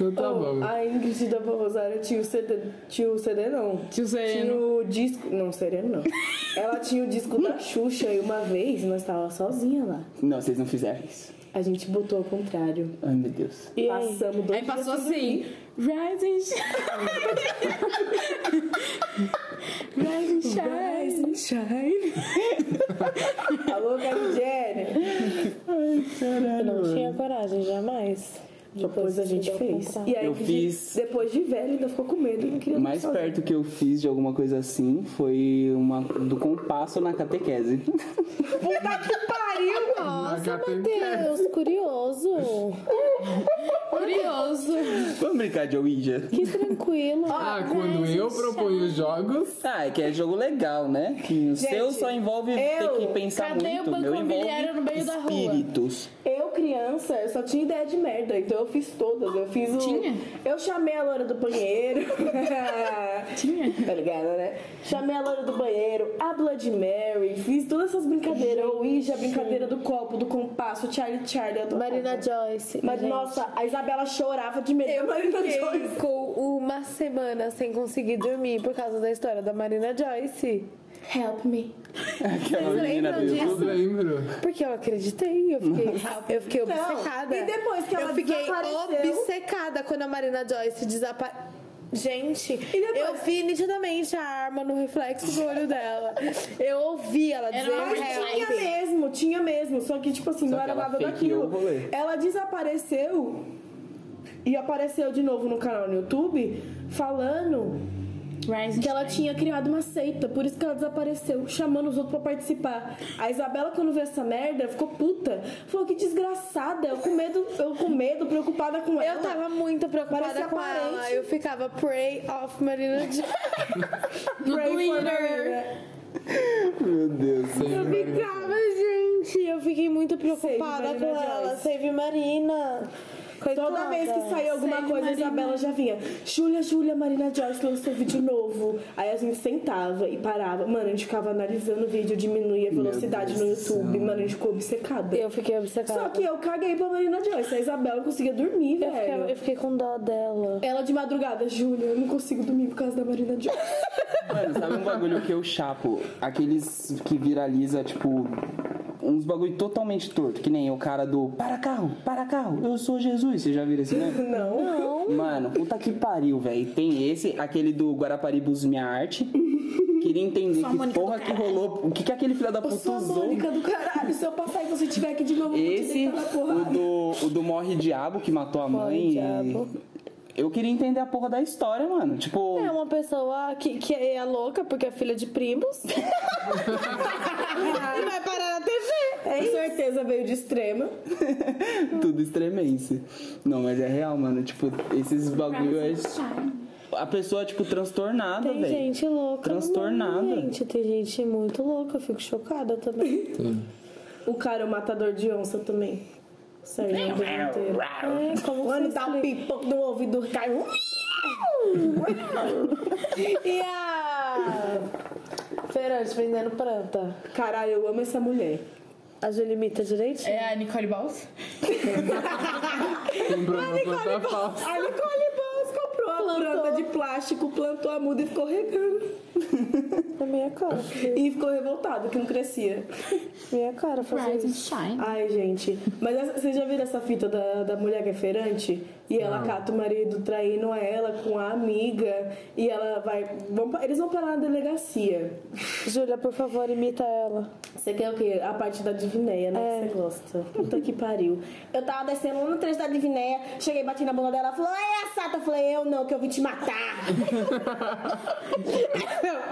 S8: Então tá bom.
S7: A Ingrid da Rosário tinha o CD. Tinha o CD não.
S10: Tio
S7: Tinha
S10: Sereno.
S7: o disco. Não, sereno não. Ela tinha o disco da Xuxa e uma vez nós tava sozinha lá.
S5: Não, vocês não fizeram isso.
S7: A gente botou ao contrário.
S5: Ai, meu Deus.
S7: E passamos dois
S10: Aí passou
S7: dias
S10: assim. Rise and shine. Rise and shine.
S7: Rise and shine. Alô, Carigério.
S5: Caralho,
S4: Não
S5: mano.
S4: tinha coragem, jamais.
S7: Depois a gente fez. E
S10: É,
S7: aí,
S5: Eu
S7: de-
S5: fiz-
S7: Depois de velho, ainda ficou com medo. Não queria
S5: O mais
S7: sozinha.
S5: perto que eu fiz de alguma coisa assim foi uma do compasso na catequese. (laughs)
S4: Nossa,
S8: Agatha é.
S4: Matheus, curioso.
S10: Curioso.
S5: Vamos brincar de Ouija?
S4: Que tranquilo.
S8: Ah, quando eu proponho jogos,
S5: Ah, é que é jogo legal, né? Que o seu só envolve
S7: eu-
S5: ter que pensar
S10: cadê
S5: muito.
S10: o banco
S5: meu envolve
S10: imobiliário no meio da rua?
S5: espíritos.
S7: Eu, criança, eu só tinha ideia de merda, então eu fiz todas. Eu fiz o.
S10: Tinha?
S7: Eu chamei a loira do
S4: (laughs)
S7: banheiro.
S10: Tinha.
S7: Tá ligado, né? Chamei a loira do banheiro, a Blood Mary, fiz todas essas brincadeiras. O Ouija, a brincadeira do copo, do compasso, o Charlie Charlie. eu adorava.
S4: Marina Joyce.
S7: Mas,
S4: gente.
S7: nossa, a Isabela chorava de medo.
S4: Eu
S7: da Marina
S4: fiquei
S7: Joyce.
S4: com uma semana sem conseguir dormir por causa da história da Marina Joyce.
S9: Help me.
S5: Aquela é menina
S4: lembram
S5: do
S4: disso?
S8: eu
S5: YouTube.
S8: lembro.
S4: Porque eu acreditei, eu fiquei, eu fiquei
S7: Não,
S4: obcecada.
S7: e depois que ela
S4: Eu fiquei
S7: desapareceu?
S4: obcecada quando a Marina Joyce desapareceu. Gente,
S7: depois?
S4: eu vi nitidamente a arma no reflexo do olho dela. Eu ouvi ela dizer
S10: uma
S7: Tinha
S4: help.
S7: mesmo, tinha mesmo. Só que, tipo assim,
S5: Só
S7: não
S5: que
S7: era
S5: ela
S7: nada
S5: fakeou o
S7: daquilo.
S5: rolê.
S7: Ela desapareceu e apareceu de novo no canal no YouTube falando
S10: Rise and
S7: que ela tinha criado uma seita, por isso que ela desapareceu, chamando os outros pra participar. A Isabela, quando viu essa merda, ficou puta. Falou que desgraçada, eu com medo, eu com medo, preocupada com ela.
S4: Eu tava muito preocupada
S7: Parecia
S4: com ela.
S7: parente.
S4: Eu ficava pray of Marina Joyce.
S10: No
S7: Pray for
S10: Twitter.
S7: Marina.
S5: Meu Deus.
S4: Eu ficava, gente. Eu fiquei muito preocupada
S7: Save
S4: com
S7: Marina
S4: ela.
S7: Joyce.
S4: Save Marina. Coitada.
S7: Toda vez que saía alguma
S10: Save
S7: coisa, a
S10: Marina.
S7: Isabela já vinha. Júlia, Júlia, Marina Joyce lançou vídeo novo. Aí a gente sentava e parava. Mano, a gente ficava analisando o vídeo, diminuía a velocidade no YouTube. Mano, a gente ficou obcecada.
S4: Eu fiquei obcecada.
S7: Só que eu caguei pra Marina Joyce. A Isabela não conseguia dormir,
S4: eu,
S7: velho.
S4: fiquei, eu fiquei com dó dela.
S7: Ela de madrugada, Júlia, eu não consigo dormir por causa da Marina Joyce.
S5: Mano, sabe um bagulho que eu chapo? Aqueles que viraliza, tipo, uns bagulho totalmente torto, que nem o cara do para carro, para carro, eu sou Jesus. Você já viram esse,
S7: (laughs)
S5: né? Não. Mano, puta que pariu, velho. Tem esse, aquele do Guaraparibus Minha Arte. Queria entender
S6: Sua
S5: que
S6: Mônica
S5: porra
S6: do
S5: que rolou, o que que aquele filho da puta
S7: Sua
S5: usou.
S7: Mônica do caralho, se eu passar e você estiver aqui de novo, eu vou te
S5: Esse,
S7: deitar na
S5: o
S7: porrada.
S5: do, o do Morre Diabo, que matou a mãe. e-
S4: Diabo.
S5: Eu queria entender a porra da história, mano. Tipo,
S4: É uma pessoa que, que é louca porque é filha de
S7: (laughs)
S4: primos. e vai parar na É TV.
S7: Com certeza veio de extrema.
S5: (laughs) Tudo estremense. Não, mas é real, mano. Tipo, esses bagulho é. A pessoa, tipo, transtornada,
S4: né? Tem
S5: velho.
S4: gente louca. no mundo,
S5: Transtornada.
S4: Gente, tem gente muito louca. Eu fico chocada também.
S7: O cara, o matador de onça também.
S5: (laughs)
S7: Saiu do inteiro.
S4: É, como que
S7: Quando
S4: você
S7: tá o pipoco no ouvido, cai um.
S4: E a Ferante vendendo planta.
S7: Caralho, eu amo essa mulher.
S4: A Julimita direito?
S10: É a Nicole Balls?
S8: Comprou uma planta falsa.
S7: A Nicole Boss comprou a planta de plástico, plantou a muda e
S4: (laughs)
S7: ficou regando.
S4: É minha cara. filho.
S7: E ficou revoltado que não crescia.
S4: Minha cara é fazer
S10: Rise and
S4: isso.
S10: shine.
S7: Ai, gente. Mas essa- vocês já viram essa fita da, da mulher que é feirante? E ela cata o marido traindo ela com a amiga. E ela vai. vão pra- eles vão pra lá na delegacia.
S4: Júlia, por favor, imita ela.
S7: Você quer o quê? A parte da Divinéia, né?
S4: É.
S7: Que você gosta. Puta que pariu. Eu tava descendo lá no trecho da Divinéia, cheguei, bati na bunda dela, ela falou, é a sata. Eu falei, eu não, que eu vim te matar.
S4: (laughs)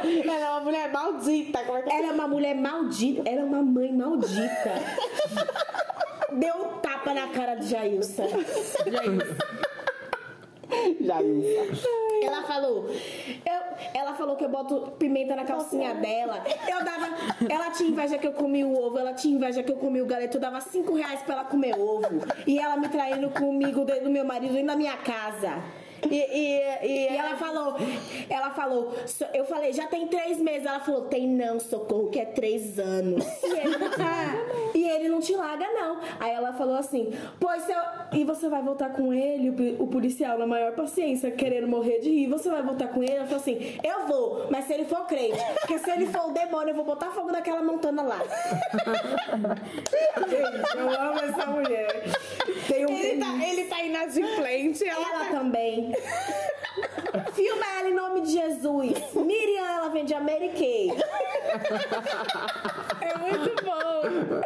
S4: Ela é uma mulher maldita. Como é que
S7: Ela é uma mulher maldita, ela é uma mãe
S4: (laughs)
S7: maldita. Deu um tapa na cara de Jailson. Já Ela falou, eu, ela falou que eu boto pimenta na calcinha dela. Eu dava, ela tinha inveja que eu comi o ovo, ela tinha inveja que eu comi o galeto. Eu dava cinco reais pra ela comer ovo. E ela me traindo comigo, dentro do meu marido e na minha casa. E, e- e ela falou, ela falou, so- eu falei, já tem três meses. Ela falou, tem não, socorro, que é três anos. E ele não
S13: (laughs)
S7: te larga, não. E ele não te larga, não. Aí ela falou assim, pois seu. E você vai voltar com ele, o pi- o policial, na maior paciência, querendo morrer de rir. Você vai voltar com ele? Ela falou assim, eu vou, mas se ele for crente, porque se ele for o demônio, eu vou botar fogo naquela montana lá.
S13: (laughs) Gente, eu amo essa mulher.
S7: Tem um
S13: ele, tá, ele tá inadimplente. Ela,
S4: tá
S7: Ela tá também. Filma ela em nome de Jesus. Miriam, ela vende Americay.
S3: É muito bom.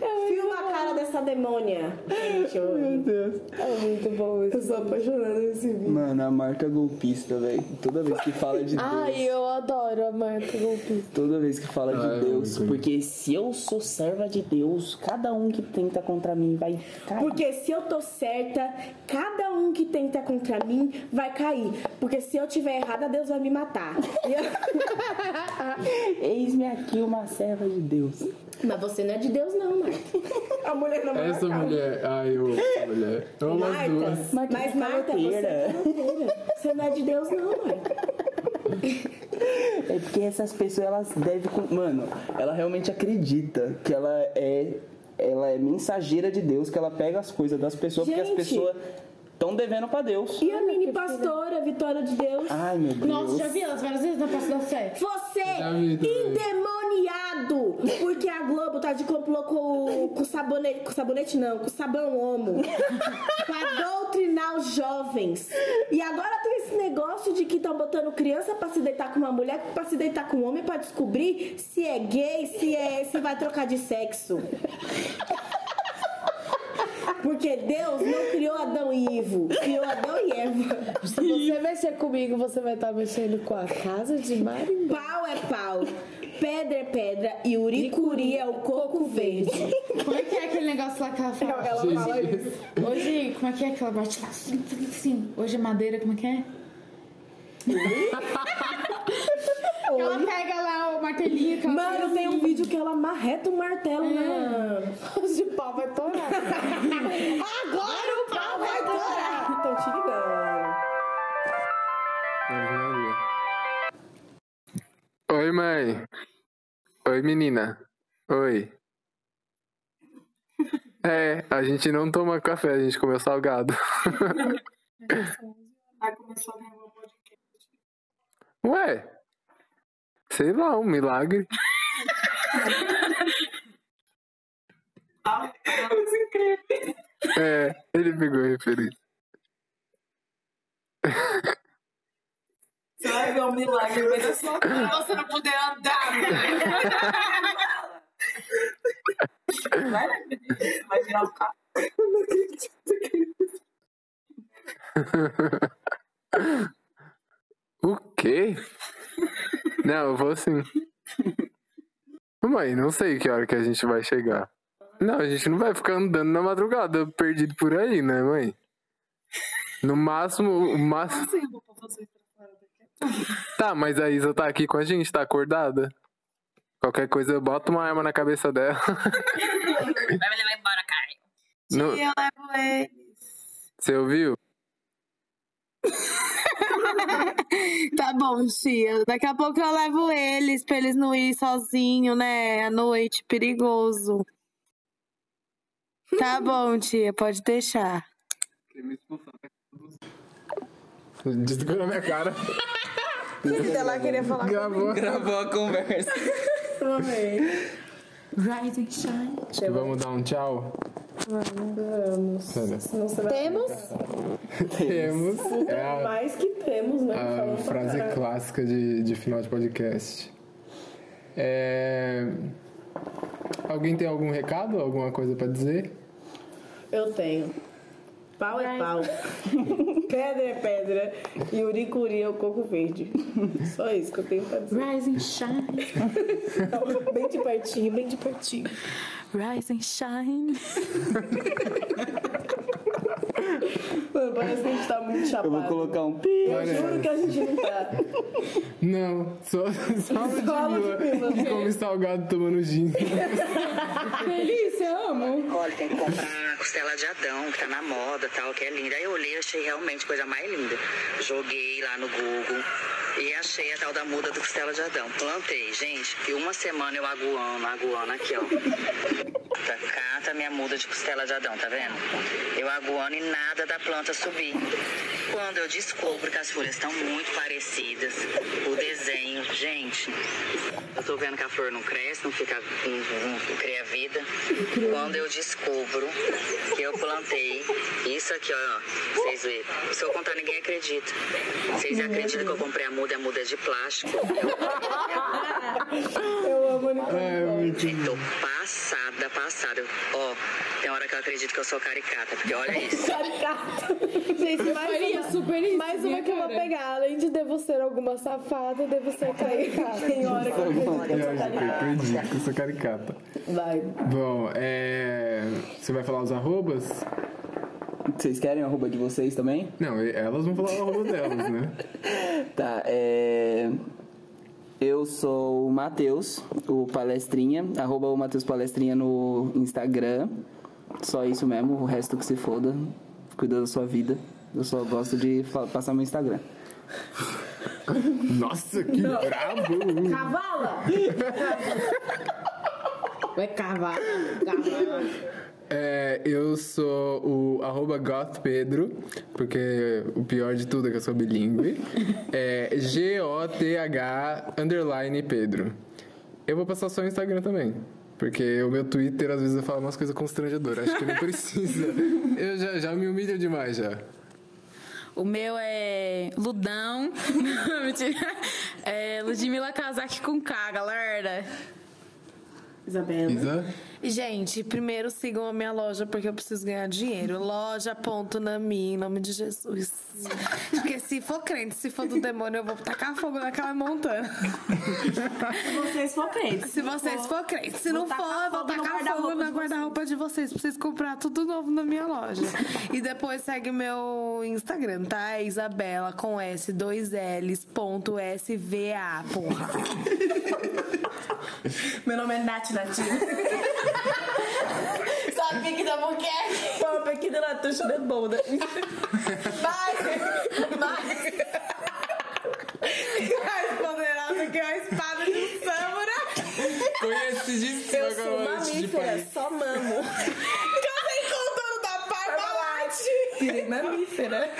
S3: É
S7: Filma a cara dessa demônia. Gente, eu... Meu
S14: Deus.
S7: É muito bom isso.
S4: Eu sou apaixonada nesse vídeo.
S14: Mano, a
S5: é
S14: marca golpista, velho. Toda vez que fala de Deus.
S4: Ai, eu adoro a marca golpista.
S14: Toda vez que fala de Deus.
S5: Porque se eu sou serva de Deus, cada um que tenta contra mim vai cair.
S7: Porque se eu tô certa, cada um que tenta contra mim vai cair. Porque se eu tiver errada, Deus vai me matar. E eu-
S5: Eis-me aqui uma serva de Deus.
S7: Mas você não é de Deus, não, Marta. A mulher não vai
S8: Essa
S7: matar.
S8: mulher. Ai, eu amo essa mulher. Eu amo as duas.
S7: Marta, mas Marta, você é caloteira. Você não é de Deus, não, Marta.
S5: É porque essas pessoas, elas devem. com- Mano, ela realmente acredita que ela é. Ela é mensageira de Deus, que ela pega as coisas das pessoas, porque
S7: Gente.
S5: as pessoas estão devendo pra Deus.
S7: E a mini pastora, Vitória de Deus?
S5: Ai, meu Deus.
S3: Nossa, já vi elas várias vezes na Praça da Sé.
S7: Você,
S5: Já vi também.
S7: endemoniado! Porque a Globo tá de complô com, o- com sabonete. Com sabonete não, com sabão homo. (laughs) pra doutrinar os jovens. E agora tem esse negócio de que estão botando criança pra se deitar com uma mulher, pra se deitar com um homem, pra descobrir se é gay, se, é, se vai trocar de sexo. Porque Deus não criou Adão e Ivo, criou Adão e Eva.
S4: Se você mexer comigo, você vai estar mexendo com a casa de Marimba.
S7: Pau é pau, pedra é pedra e uricuri é o coco verde.
S3: Como é que é aquele negócio lá que ela fala?
S8: Ela fala isso.
S3: Hoje, como é que é que ela bate lá? Sim, sim, sim. Hoje é madeira, como é que é? (laughs) ela pega lá o martelinho que ela
S7: Mano,
S3: faz
S7: tem um
S3: assim.
S7: vídeo que ela marreta o martelo
S4: né?
S7: na.
S4: É. Hoje o pau vai torar.
S7: Agora o pau vai torar! Então te ligando.
S8: Oi, mãe. Oi, menina.
S3: (laughs)
S8: Oi. É, a gente não toma café, a gente comeu
S3: (laughs)
S8: salgado.
S3: Aí começou a gravar o podcast.
S8: Ué, sei lá, um
S3: (laughs)
S8: milagre. (laughs)
S3: Ah, Os incríveis.
S8: É, ele pegou a referência.
S3: Você vai ver um milagre, mas é só pra você não poder andar. né? Vai acreditar, você vai virar um carro. Eu não acredito que
S8: O quê? Não, eu vou sim. Mãe, não sei que hora que a gente vai chegar. Não, a gente não vai ficar andando na madrugada perdido por aí, né, mãe? No máximo, o máximo.
S3: Sim, (laughs) eu vou pôr vocês pra fora daqui.
S8: Tá, mas a Isa tá aqui com a gente, tá acordada. Qualquer coisa, eu boto uma arma na cabeça
S15: (laughs)
S8: dela.
S15: Vai me levar embora, cara.
S8: Não-
S3: E eu levo ele.
S8: Você ouviu?
S3: Tá bom, tia. Daqui a pouco eu levo eles pra eles não ir sozinhos, né? À noite, perigoso. (laughs) Tá bom, tia, pode deixar.
S8: Desligou na minha cara.
S13: Sei lá, queria falar.
S8: Gravou.
S14: Gravou a conversa.
S3: Rise and shine.
S8: Vamos dar um tchau?
S4: Vamos.
S8: Pera.
S4: Senão você vai
S7: Temos
S8: Temos. É
S4: É
S8: a,
S4: mais que temos, né?
S8: a
S7: Ah,
S4: Falando pra
S8: frase
S4: caralho.
S8: clássica de, de final de podcast. É... Alguém tem algum recado? Alguma coisa pra dizer?
S4: Eu tenho. Pau é (laughs) pau. pedra é pedra. E uricuri é o coco verde. Só isso que eu tenho pra dizer.
S3: Rise and shine.
S4: Bem de pertinho, bem de pertinho.
S3: Rise and shine.
S7: Mano, parece que a gente tá muito chapado.
S5: Eu vou colocar um pi.
S7: Eu
S8: Olha.
S7: juro que a gente não tá.
S8: Não, só, só a
S7: Só a Ludmilla.
S8: Ludmilla que come salgado tomando gin.
S10: Delícia,
S7: (laughs)
S10: eu amo.
S16: Olha, tem que comprar a costela de Adão, que tá na moda tal, que é linda. Aí eu olhei e achei realmente coisa mais linda. Joguei lá no Google e achei a tal da muda do costela de Adão. Plantei, gente, e uma semana eu aguando, aguando aqui, ó. Tá, cata minha muda de costela de Adão, tá vendo? Eu aguando e nada da planta subir. Quando eu descubro que as folhas estão muito parecidas, o desenho, gente, eu tô vendo que a flor não cresce, não fica, não, não cria vida. Quando eu descubro que eu plantei isso aqui, ó, vocês verem. Se eu contar, ninguém acredita. Vocês acreditam que eu comprei a muda, a muda é de plástico.
S7: Eu amo a Nicole.
S8: É,
S16: Tô passada, passada. Ó, tem hora que eu acredito que eu sou caricata, porque olha isso.
S7: Caricata. Gente, mais
S10: Faria
S7: uma,
S10: super isso,
S7: mais
S10: minha
S7: uma que eu vou
S10: cara.
S7: pegar. Além de devo ser alguma safada, devo
S10: (laughs)
S7: ser caricata. Tem hora que eu acredito que eu sou
S8: Eu
S7: caricata.
S8: acredito que eu sou caricata.
S7: Vai.
S8: Bom, é... Você vai falar os arrobas?
S5: Vocês querem o arroba de vocês também?
S8: Não, e- elas vão falar o arroba delas, né?
S5: Tá, é. Eu sou o Matheus, o Palestrinha, arroba o Matheus Palestrinha no Instagram. Só isso mesmo, o resto que se foda. Cuida da sua vida. Eu só gosto de fa- passar meu Instagram.
S8: Nossa, que brabo!
S7: Cavala!
S10: Vai cavar. cavar.
S8: É, eu sou o arroba gothpedro, porque o pior de tudo é que eu sou bilíngue. É G-O-T-H underline Pedro. Eu vou passar só o Instagram também. Porque o meu Twitter, às vezes, eu falo umas coisas constrangedoras. Acho que não precisa. Eu já, já me humilho demais, já.
S3: O meu é Ludão. (laughs) Não, mentira. É Ludmilla Kazak com K, galera.
S7: Isabela.
S8: Isa?
S4: Gente, primeiro sigam a minha loja porque eu preciso ganhar dinheiro. Loja.nami, em nome de Jesus. Porque se for crente, se for do demônio, eu vou tacar fogo naquela montanha.
S7: Se vocês for crentes.
S4: Se vocês for crentes. Se não
S7: Vou
S4: for,
S7: tacar
S4: eu vou
S7: fogo no
S4: tacar
S7: guarda-roupa
S4: fogo na
S7: de
S4: guarda-roupa de vocês. Pra vocês comprar tudo novo na minha loja. E depois segue meu Instagram, tá? É Isabela com S2Ls ponto SVA, porra.
S7: Meu nome é Nath Nativa. Só pique da boquete. Pô, pique da Natuxa de bunda. Vai! Vai!
S4: Mais poderosa que é a espada de um samurai.
S8: Conhecidíssima
S4: Eu sou
S8: como a Leste de
S4: mamífera,
S8: Paris.
S4: só
S7: (laughs)
S4: mamo. Casei com o dono da Parmalat.
S7: Virei é mamífera.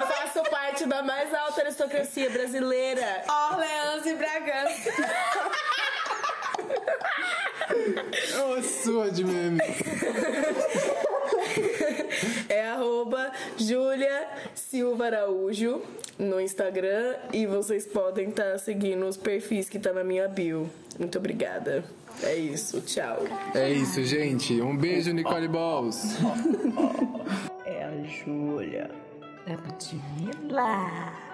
S7: Faço parte da mais alta aristocracia brasileira.
S4: Orleans e Bragança.
S8: Ô, sua de meme.
S7: É arroba Júlia Silva Araújo no Instagram e vocês podem estar seguindo os perfis que tá na minha bio. Muito obrigada. É isso, tchau.
S8: É isso, gente. Um beijo, Nicole Balls.
S7: É a Júlia.
S17: Da Ludmilla.